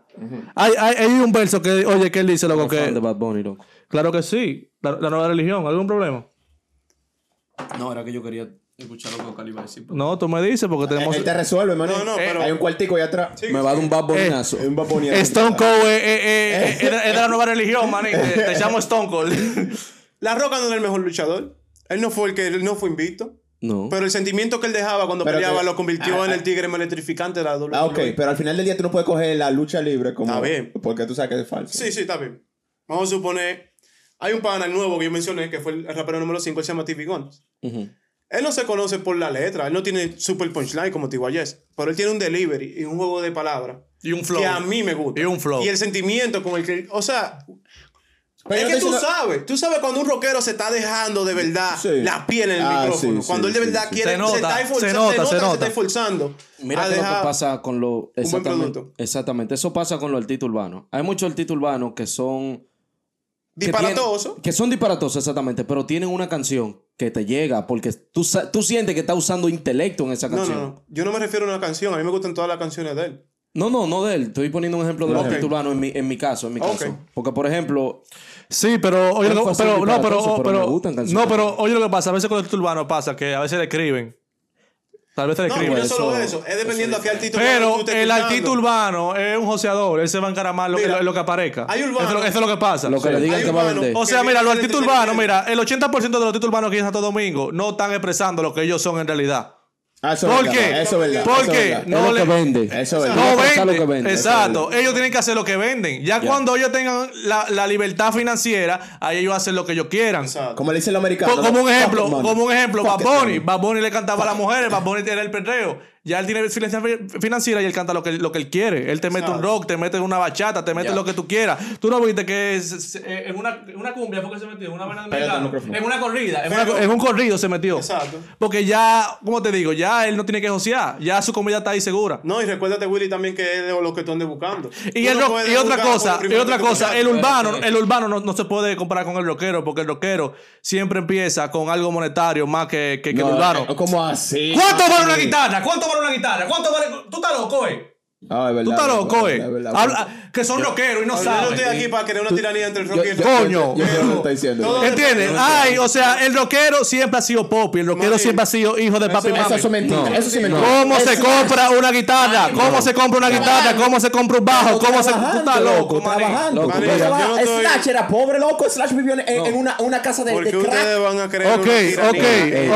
S4: hay, hay, hay un verso que, oye, que él dice, loco,
S1: Fan de
S4: que.
S1: Bad Bunny, loco.
S4: Claro que sí. La, la nueva religión. ¿Algún problema?
S5: No, era que yo quería escuchar lo que Ocali iba a decir. pero-
S4: No, tú me dices porque tenemos.
S3: Él te resuelve, hermano.
S2: No, no, pero-
S3: Hay un cuartico ahí atrás.
S1: Me va a dar
S4: Eh,
S1: un Bad Bunnyazo.
S3: Hay un vaponeado.
S4: Stone Cold eh, eh, eh, es, de, es de la nueva religión, man. Te, te llamo Stone Cold.
S2: La Roca no era el mejor luchador. Él no fue el que él no fue invicto.
S1: No.
S2: Pero el sentimiento que él dejaba cuando
S3: Pero
S2: peleaba
S3: que-
S2: lo convirtió
S4: Ah,
S2: en el tigre más electrificante de la WWE.
S3: Ah, ok. Pero al final del día tú no puedes coger la lucha libre como...
S2: Está bien.
S3: Porque tú sabes que es falso.
S2: Sí, sí, está bien. Vamos a suponer. Hay un pana el nuevo que yo mencioné, que fue el rapero número 5, él se llama TV Guns.
S1: Ujú.
S2: Él no se conoce por la letra, él no tiene super punchline como T.Y.S. pero él tiene un delivery y un juego de palabras
S4: Y un flow.
S2: que a mí me gusta.
S4: Y un flow.
S2: Y el sentimiento con el que. O sea,
S3: Pero
S2: es que tú
S3: yo te-
S2: sabes, tú sabes cuando un rockero se está dejando de verdad
S3: Sí.
S2: la piel en el
S3: Ah,
S2: micrófono.
S3: sí, sí,
S2: cuando él de
S3: sí,
S2: verdad
S3: sí.
S2: quiere.
S4: Se nota,
S2: está
S4: se
S2: esforzando-
S4: nota, se
S2: que
S4: nota.
S2: está esforzando.
S1: Mira
S2: a
S1: qué es lo
S2: dejar-
S1: que pasa con los... Exactamente,
S2: producto.
S1: exactamente. Eso pasa con los artistas urbanos. Hay muchos artistas urbanos que son que tienen-
S2: Disparatoso.
S1: Que, son disparatosos, exactamente, pero tienen una canción que te llega porque tú, sa- tú sientes que está usando intelecto en esa
S2: No, no,
S1: canción.
S2: no. Yo no me refiero a una canción. A mí me gustan todas las canciones de él.
S1: No, no, no de él. Estoy poniendo un ejemplo de los
S2: Ok.
S1: titulanos en mi, en mi caso, en mi
S2: Ok.
S1: caso. Porque, por ejemplo,
S4: Sí, pero oye,
S1: Es
S4: lo que-
S1: fácil
S4: pero, no,
S1: disparatoso,
S4: pero,
S1: pero
S4: pero-
S1: me gustan canciones.
S4: no, pero oye lo que pasa, a veces con el urbano pasa que a veces le escriben. Tal vez
S2: No,
S4: le
S2: y no
S4: escriben.
S1: eso-
S2: solo eso. Es dependiendo hacia el título.
S4: pero el artista urbano es un joseador, él se va a encaramar lo, que-
S2: Mira,
S4: lo que aparezca.
S2: hay urbano-
S4: Eso, es lo- eso es lo que pasa.
S1: Lo que le diga- digan que va a vender.
S4: O sea, mira, los artistas urbanos, mira, el 80% de los artistas urbanos aquí en Santo Domingo no están expresando lo que ellos son en realidad.
S3: Ah, eso es
S4: ¿Por
S3: verdad,
S4: qué?
S3: Eso es verdad.
S4: ¿Por
S3: eso es
S4: qué?
S3: verdad.
S1: es lo que vende.
S3: Eso es verdad.
S4: No
S1: Tiene que pensar lo
S4: vende.
S1: que vende.
S4: Exacto. Ellos tienen que hacer lo que venden. Ya cuando ellos tengan la, la libertad financiera, ahí ellos hacen lo que ellos quieran.
S3: Como le dicen los
S4: Co-
S3: americanos.
S4: como un
S3: fuck
S4: ejemplo,
S3: it, man.
S4: como un ejemplo,
S3: Fuck
S4: Bad
S3: it,
S4: Bunny.
S3: man.
S4: Bad Bunny le cantaba a las mujeres, Bad Bunny era el perreo. Ya él tiene licencia fi- financiera y él canta lo que, lo que él quiere. Él te mete un rock, te mete una bachata, te mete lo que tú quieras. Tú no viste que es- es- eh, en, una, en una cumbia fue que se metió, en una vaina de
S3: Pégate al
S4: mexicano.
S3: micrófono.
S4: en una corrida, en,
S2: Pero-
S4: una- en un corrido se metió.
S2: Exacto.
S4: Porque ya, como te digo, ya él no tiene que josear, ya su comida está ahí segura.
S2: No, y recuérdate, Willy, también que es lo que tú andes buscando.
S4: Y,
S2: Tú
S4: el
S2: no
S4: rock-
S2: puedes
S4: y otra
S2: buscar como
S4: cosa,
S2: lo
S4: y
S2: primero
S4: otra
S2: que tú
S4: cosa,
S2: buscas.
S4: el urbano, el urbano no, no se puede comparar con el rockero, porque el rockero siempre empieza con algo monetario más que, que- que el
S3: No,
S4: urbano.
S3: eh, ¿Cómo así?
S4: ¿Cuánto vale una guitarra? ¿Cuánto vale una guitarra? ¿Cuánto vale? Tú estás loco, eh.
S3: Ah, es verdad,
S4: Tú estás
S3: es
S4: loco,
S3: verdad,
S4: eh.
S3: es verdad.
S4: Habla- que son rockeros y no
S2: Yo no
S4: saben.
S2: estoy aquí para crear una tiranía entre el rock y el
S3: Yo-
S2: rock.
S4: Coño.
S3: Yo sé lo que está diciendo.
S2: Todo-
S4: ¿Entiendes? Ay, o sea, el rockero siempre ha sido pop y el rockero
S2: Mami.
S4: siempre ha sido hijo de papi y
S3: Eso
S4: mami.
S3: es mentira.
S1: No.
S3: Eso sí es mentira.
S4: ¿Cómo se
S3: Eso-
S4: compra una guitarra? ¿Cómo se compra una guitarra? ¿Cómo se compra un bajo? ¿Cómo se.? Tú estás loco, manín.
S3: trabajando.
S1: Loco,
S3: Tú
S1: mira,
S2: yo
S3: trabajas-
S2: no estoy-
S3: Slash era pobre, loco. Slash vivió en, en una, una casa de,
S2: Porque
S3: de crack.
S2: ustedes van a creer
S4: Ok,
S2: una tiranía.
S4: ok,
S3: De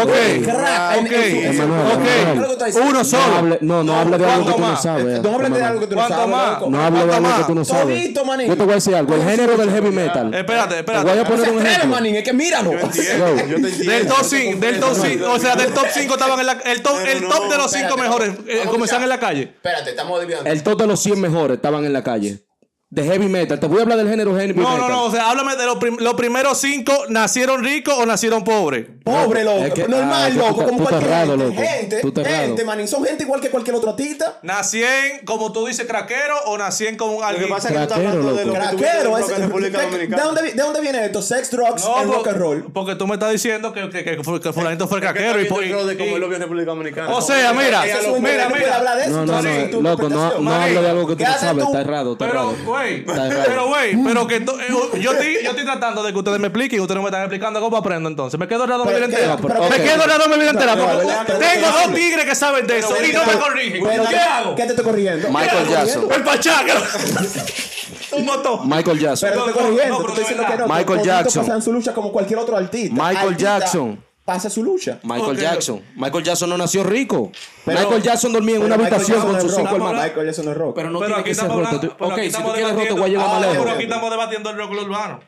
S4: ok.
S3: crack. en-
S4: Ok,
S3: en su-
S1: Emanuel,
S4: ok.
S1: Emanuel.
S3: Mira lo que tú estás
S4: Uno
S3: diciendo.
S1: No
S4: solo.
S1: hable, no, no hable de algo que tú no
S4: más?
S1: sabes.
S3: No hables de
S1: Emanuel.
S3: algo que tú no
S4: ¿Cuánto
S3: sabes,
S4: más?
S3: loco.
S1: No hable de
S4: ¿Cuánto
S1: algo
S4: más?
S1: que tú no sabes.
S3: Todito, manín.
S1: Yo te voy a decir algo. El género del heavy metal.
S4: Espérate,
S1: Te voy a
S4: espérate.
S1: poner
S3: Se
S1: un
S3: atreve,
S1: ejemplo.
S3: manín, es que míralo.
S2: Yo entiendo,
S1: Yo.
S2: yo te entiendo.
S4: Del top 5, del top cinco, o sea, del top 5 estaban en la el top, el
S2: No, no,
S4: top de
S2: no,
S4: los 5
S3: espérate,
S4: mejores
S3: vamos,
S4: eh,
S3: vamos a escuchar.
S4: comenzaban en la calle.
S3: Espérate, estamos desviando.
S1: El top de los 100 mejores estaban en la calle. De heavy metal. Te voy a hablar del género heavy
S4: No,
S1: metal.
S4: no, no, o sea, háblame de los, prim- los primeros 5 nacieron ricos o nacieron pobres.
S3: Pobre, loco.
S1: Es que- ah,
S3: Normal,
S1: tú- tú-
S3: loco. Como
S1: tú estás
S3: cualquier
S1: errado,
S3: gente.
S1: loco.
S3: Gente,
S1: Tú estás
S3: gente,
S1: errado.
S3: manín. Son gente igual que cualquier otro artista.
S4: Nacían, como tú dices, craquero o nacían como
S2: Lo que
S4: alguien.
S2: pasa es que tú estás
S1: Craquero,
S2: hablando de lo que tú viste
S3: Craquero.
S2: en
S3: es-
S2: rock en República
S3: ¿De de
S2: Dominicana.
S3: dónde vi- de dónde viene esto? Sex, drugs,
S4: No,
S3: and
S4: por-
S3: rock and roll.
S4: Porque tú me estás diciendo que, que, que, fu- que fulanito fue
S2: Es que
S4: craquero y,
S2: está
S4: po-
S2: viendo el rock de cómo
S4: y-
S2: lo vio en República Dominicana.
S4: O sea,
S2: Ella
S4: mira,
S2: lo-
S3: Eso es un
S4: mira,
S3: momento que
S4: mira.
S3: puede hablar de eso,
S1: No, no,
S3: tú
S1: no,
S3: haces
S1: loco,
S3: tu
S1: no,
S3: interpretación.
S1: no
S4: Marín,
S1: hable de algo que tú no
S3: quédate
S1: sabes,
S3: tú.
S1: está errado, está
S4: Pero,
S1: errado.
S4: güey,
S1: Está errado.
S4: pero, güey, pero que to- eh, yo, estoy, yo estoy tratando de que ustedes me expliquen y ustedes no me están explicando cómo aprendo entonces. Me quedo raro mi
S3: Pero
S4: vida
S3: que-
S4: entera.
S3: pero
S4: me
S1: que-
S4: quedo raro mi vida entera.
S3: pero-
S4: porque
S3: pero-
S4: tengo
S3: pero-
S4: dos tigres que saben de eso y no me corrigen.
S3: Pero,
S4: ¿Qué hago?
S3: ¿Qué te estoy corrigiendo?
S1: Michael Jackson.
S4: El pachá, que lo- Un motor.
S1: Michael Jackson.
S3: Pero te estoy
S4: No, no,
S3: corrigiendo,
S4: no,
S3: te estoy
S4: pero
S3: diciendo
S4: no es
S3: que no.
S1: verdad.
S3: que
S1: Michael
S3: toditos
S1: Jackson.
S3: pasan su lucha como cualquier otro artista.
S1: Michael
S3: Artista
S1: Jackson.
S3: Pasa su lucha.
S1: Michael
S4: Ok.
S1: Jackson. Michael Jackson no nació rico.
S3: Pero-
S1: Michael Jackson dormía en una
S3: Pero Michael
S1: habitación
S3: Jackson
S1: con
S3: no
S1: sus
S3: es
S1: cinco
S3: rock.
S1: hermanos.
S3: Michael Jackson no es rock.
S1: Pero no
S4: Pero
S1: tiene
S4: aquí
S1: que ser
S4: estamos
S1: roto.
S4: hablando-
S1: Tú-
S4: pero
S1: Ok,
S4: aquí
S1: si tú
S4: estamos
S1: quieres roto, voy a llevar
S4: debatiendo-
S1: más
S3: Ah,
S1: lejos.
S4: Pero aquí estamos debatiendo el rock urbano.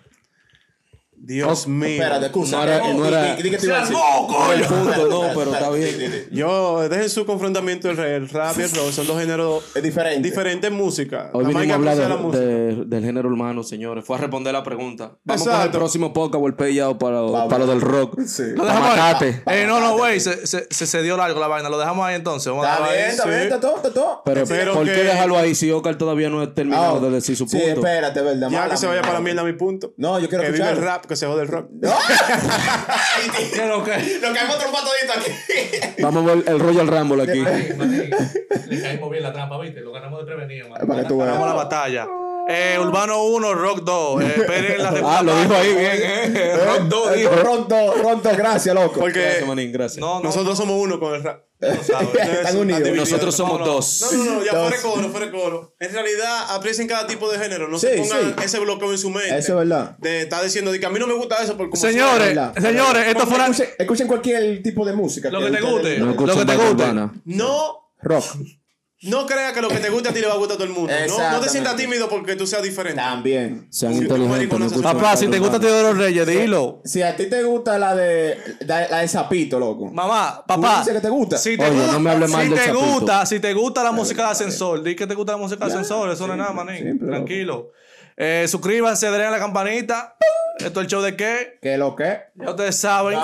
S2: Dios mío.
S3: Espérate, excusa.
S1: No era-
S3: Di-
S1: no era-
S3: di- di- di que te iba a decir.
S4: ¡No, coño!
S1: Punto, no, pero está bien.
S2: Yo, dejen su confrontamiento el, el rap y el rock. Son dos géneros
S3: Es diferente.
S2: diferentes en música. Nada
S1: Hoy
S2: más hay
S1: vinimos
S2: que
S1: a hablar
S2: apreciar la
S1: de-
S2: música.
S1: de- del género humano, señores. Fue a responder la pregunta. Vamos para el
S2: Exacto.
S1: próximo podcast o el payado para, para lo del rock.
S3: Sí.
S1: Lo
S4: Lo dejamos ahí.
S1: macate.
S4: Eh, no, no, güey, se, se, se, se dio largo la vaina. Lo dejamos ahí entonces. Vamos a
S3: Está
S4: dejarlo ahí.
S3: bien, está bien,
S2: sí.
S3: está todo, está todo.
S1: Pero,
S2: Pero
S1: ¿por qué
S2: que-
S1: dejarlo ahí si Oscar todavía no ha terminado
S3: Ah,
S1: de decir su
S3: sí,
S1: punto?
S3: espérate, verdad.
S2: Ya
S3: mala
S2: que se vaya
S3: mía.
S2: para mierda mi punto.
S3: No, yo quiero
S2: Que vive el
S3: escucharlo.
S2: rap, que se jode el rock.
S4: ¿Qué lo que?
S2: Lo que hay otro patadito aquí.
S1: Vamos a ver el Royal Rumble aquí.
S4: Le caímos bien la trampa, ¿viste? Lo ganamos de prevenido, man.
S3: Para que tú veas.
S4: Ganamos la batalla. Eh, Urbano 1, Rock 2. Eh, esperen la
S1: Ah, lo dijo ahí bien, eh. Rock
S3: Rondo,
S1: dijo.
S3: Rondo, Rondo, gracias, loco.
S1: Gracias,
S2: Porque
S1: Manín, gracias.
S4: No, no.
S2: nosotros somos uno con el rap.
S4: no sabes.
S3: Están unidos.
S2: dividido.
S1: Nosotros somos
S4: No, no.
S1: dos.
S2: No, no, no, ya fuera de coro, fuera de coro. En realidad, aprecien cada tipo de género. No se
S3: Sí,
S2: pongan
S3: sí.
S2: ese bloqueo en su mente.
S3: Eso es verdad.
S2: De estar diciendo de que a mí no me gusta eso por como
S4: Señores,
S3: Hola.
S4: señores, esto fue una-
S3: Escuchen, escuchen cualquier tipo de música.
S4: Lo que te
S3: ustedes-
S4: guste. Lo que
S1: escuchen
S4: te
S1: banda
S4: guste.
S1: urbana.
S2: No,
S3: Rock.
S2: no crea que lo que te gusta a ti le va a gustar a todo el mundo. No, no te
S3: Exactamente.
S2: sientas tímido porque tú seas diferente.
S3: También.
S1: Sean
S2: Sí,
S1: inteligentes.
S2: marico,
S1: no
S2: no
S1: escuchen
S2: se-
S4: Papá, si te gusta
S1: banda urbana.
S4: Teodoro Reyes, dilo.
S3: Si a ti te gusta la de la, la de Zapito, loco.
S4: Mamá, papá.
S3: dices que te gusta?
S4: Si te,
S1: Oye,
S4: gusta-
S1: no me hable mal
S4: si
S1: del
S4: te
S1: Chapito.
S4: gusta, si te gusta la música de ascensor, di que te gusta la música de ascensor, eso no es nada, manín.
S3: simple, loco.
S4: Tranquilo. Eh, suscríbanse, denle a la campanita. Esto es el show de qué.
S3: Que lo que.
S4: Ya ustedes saben.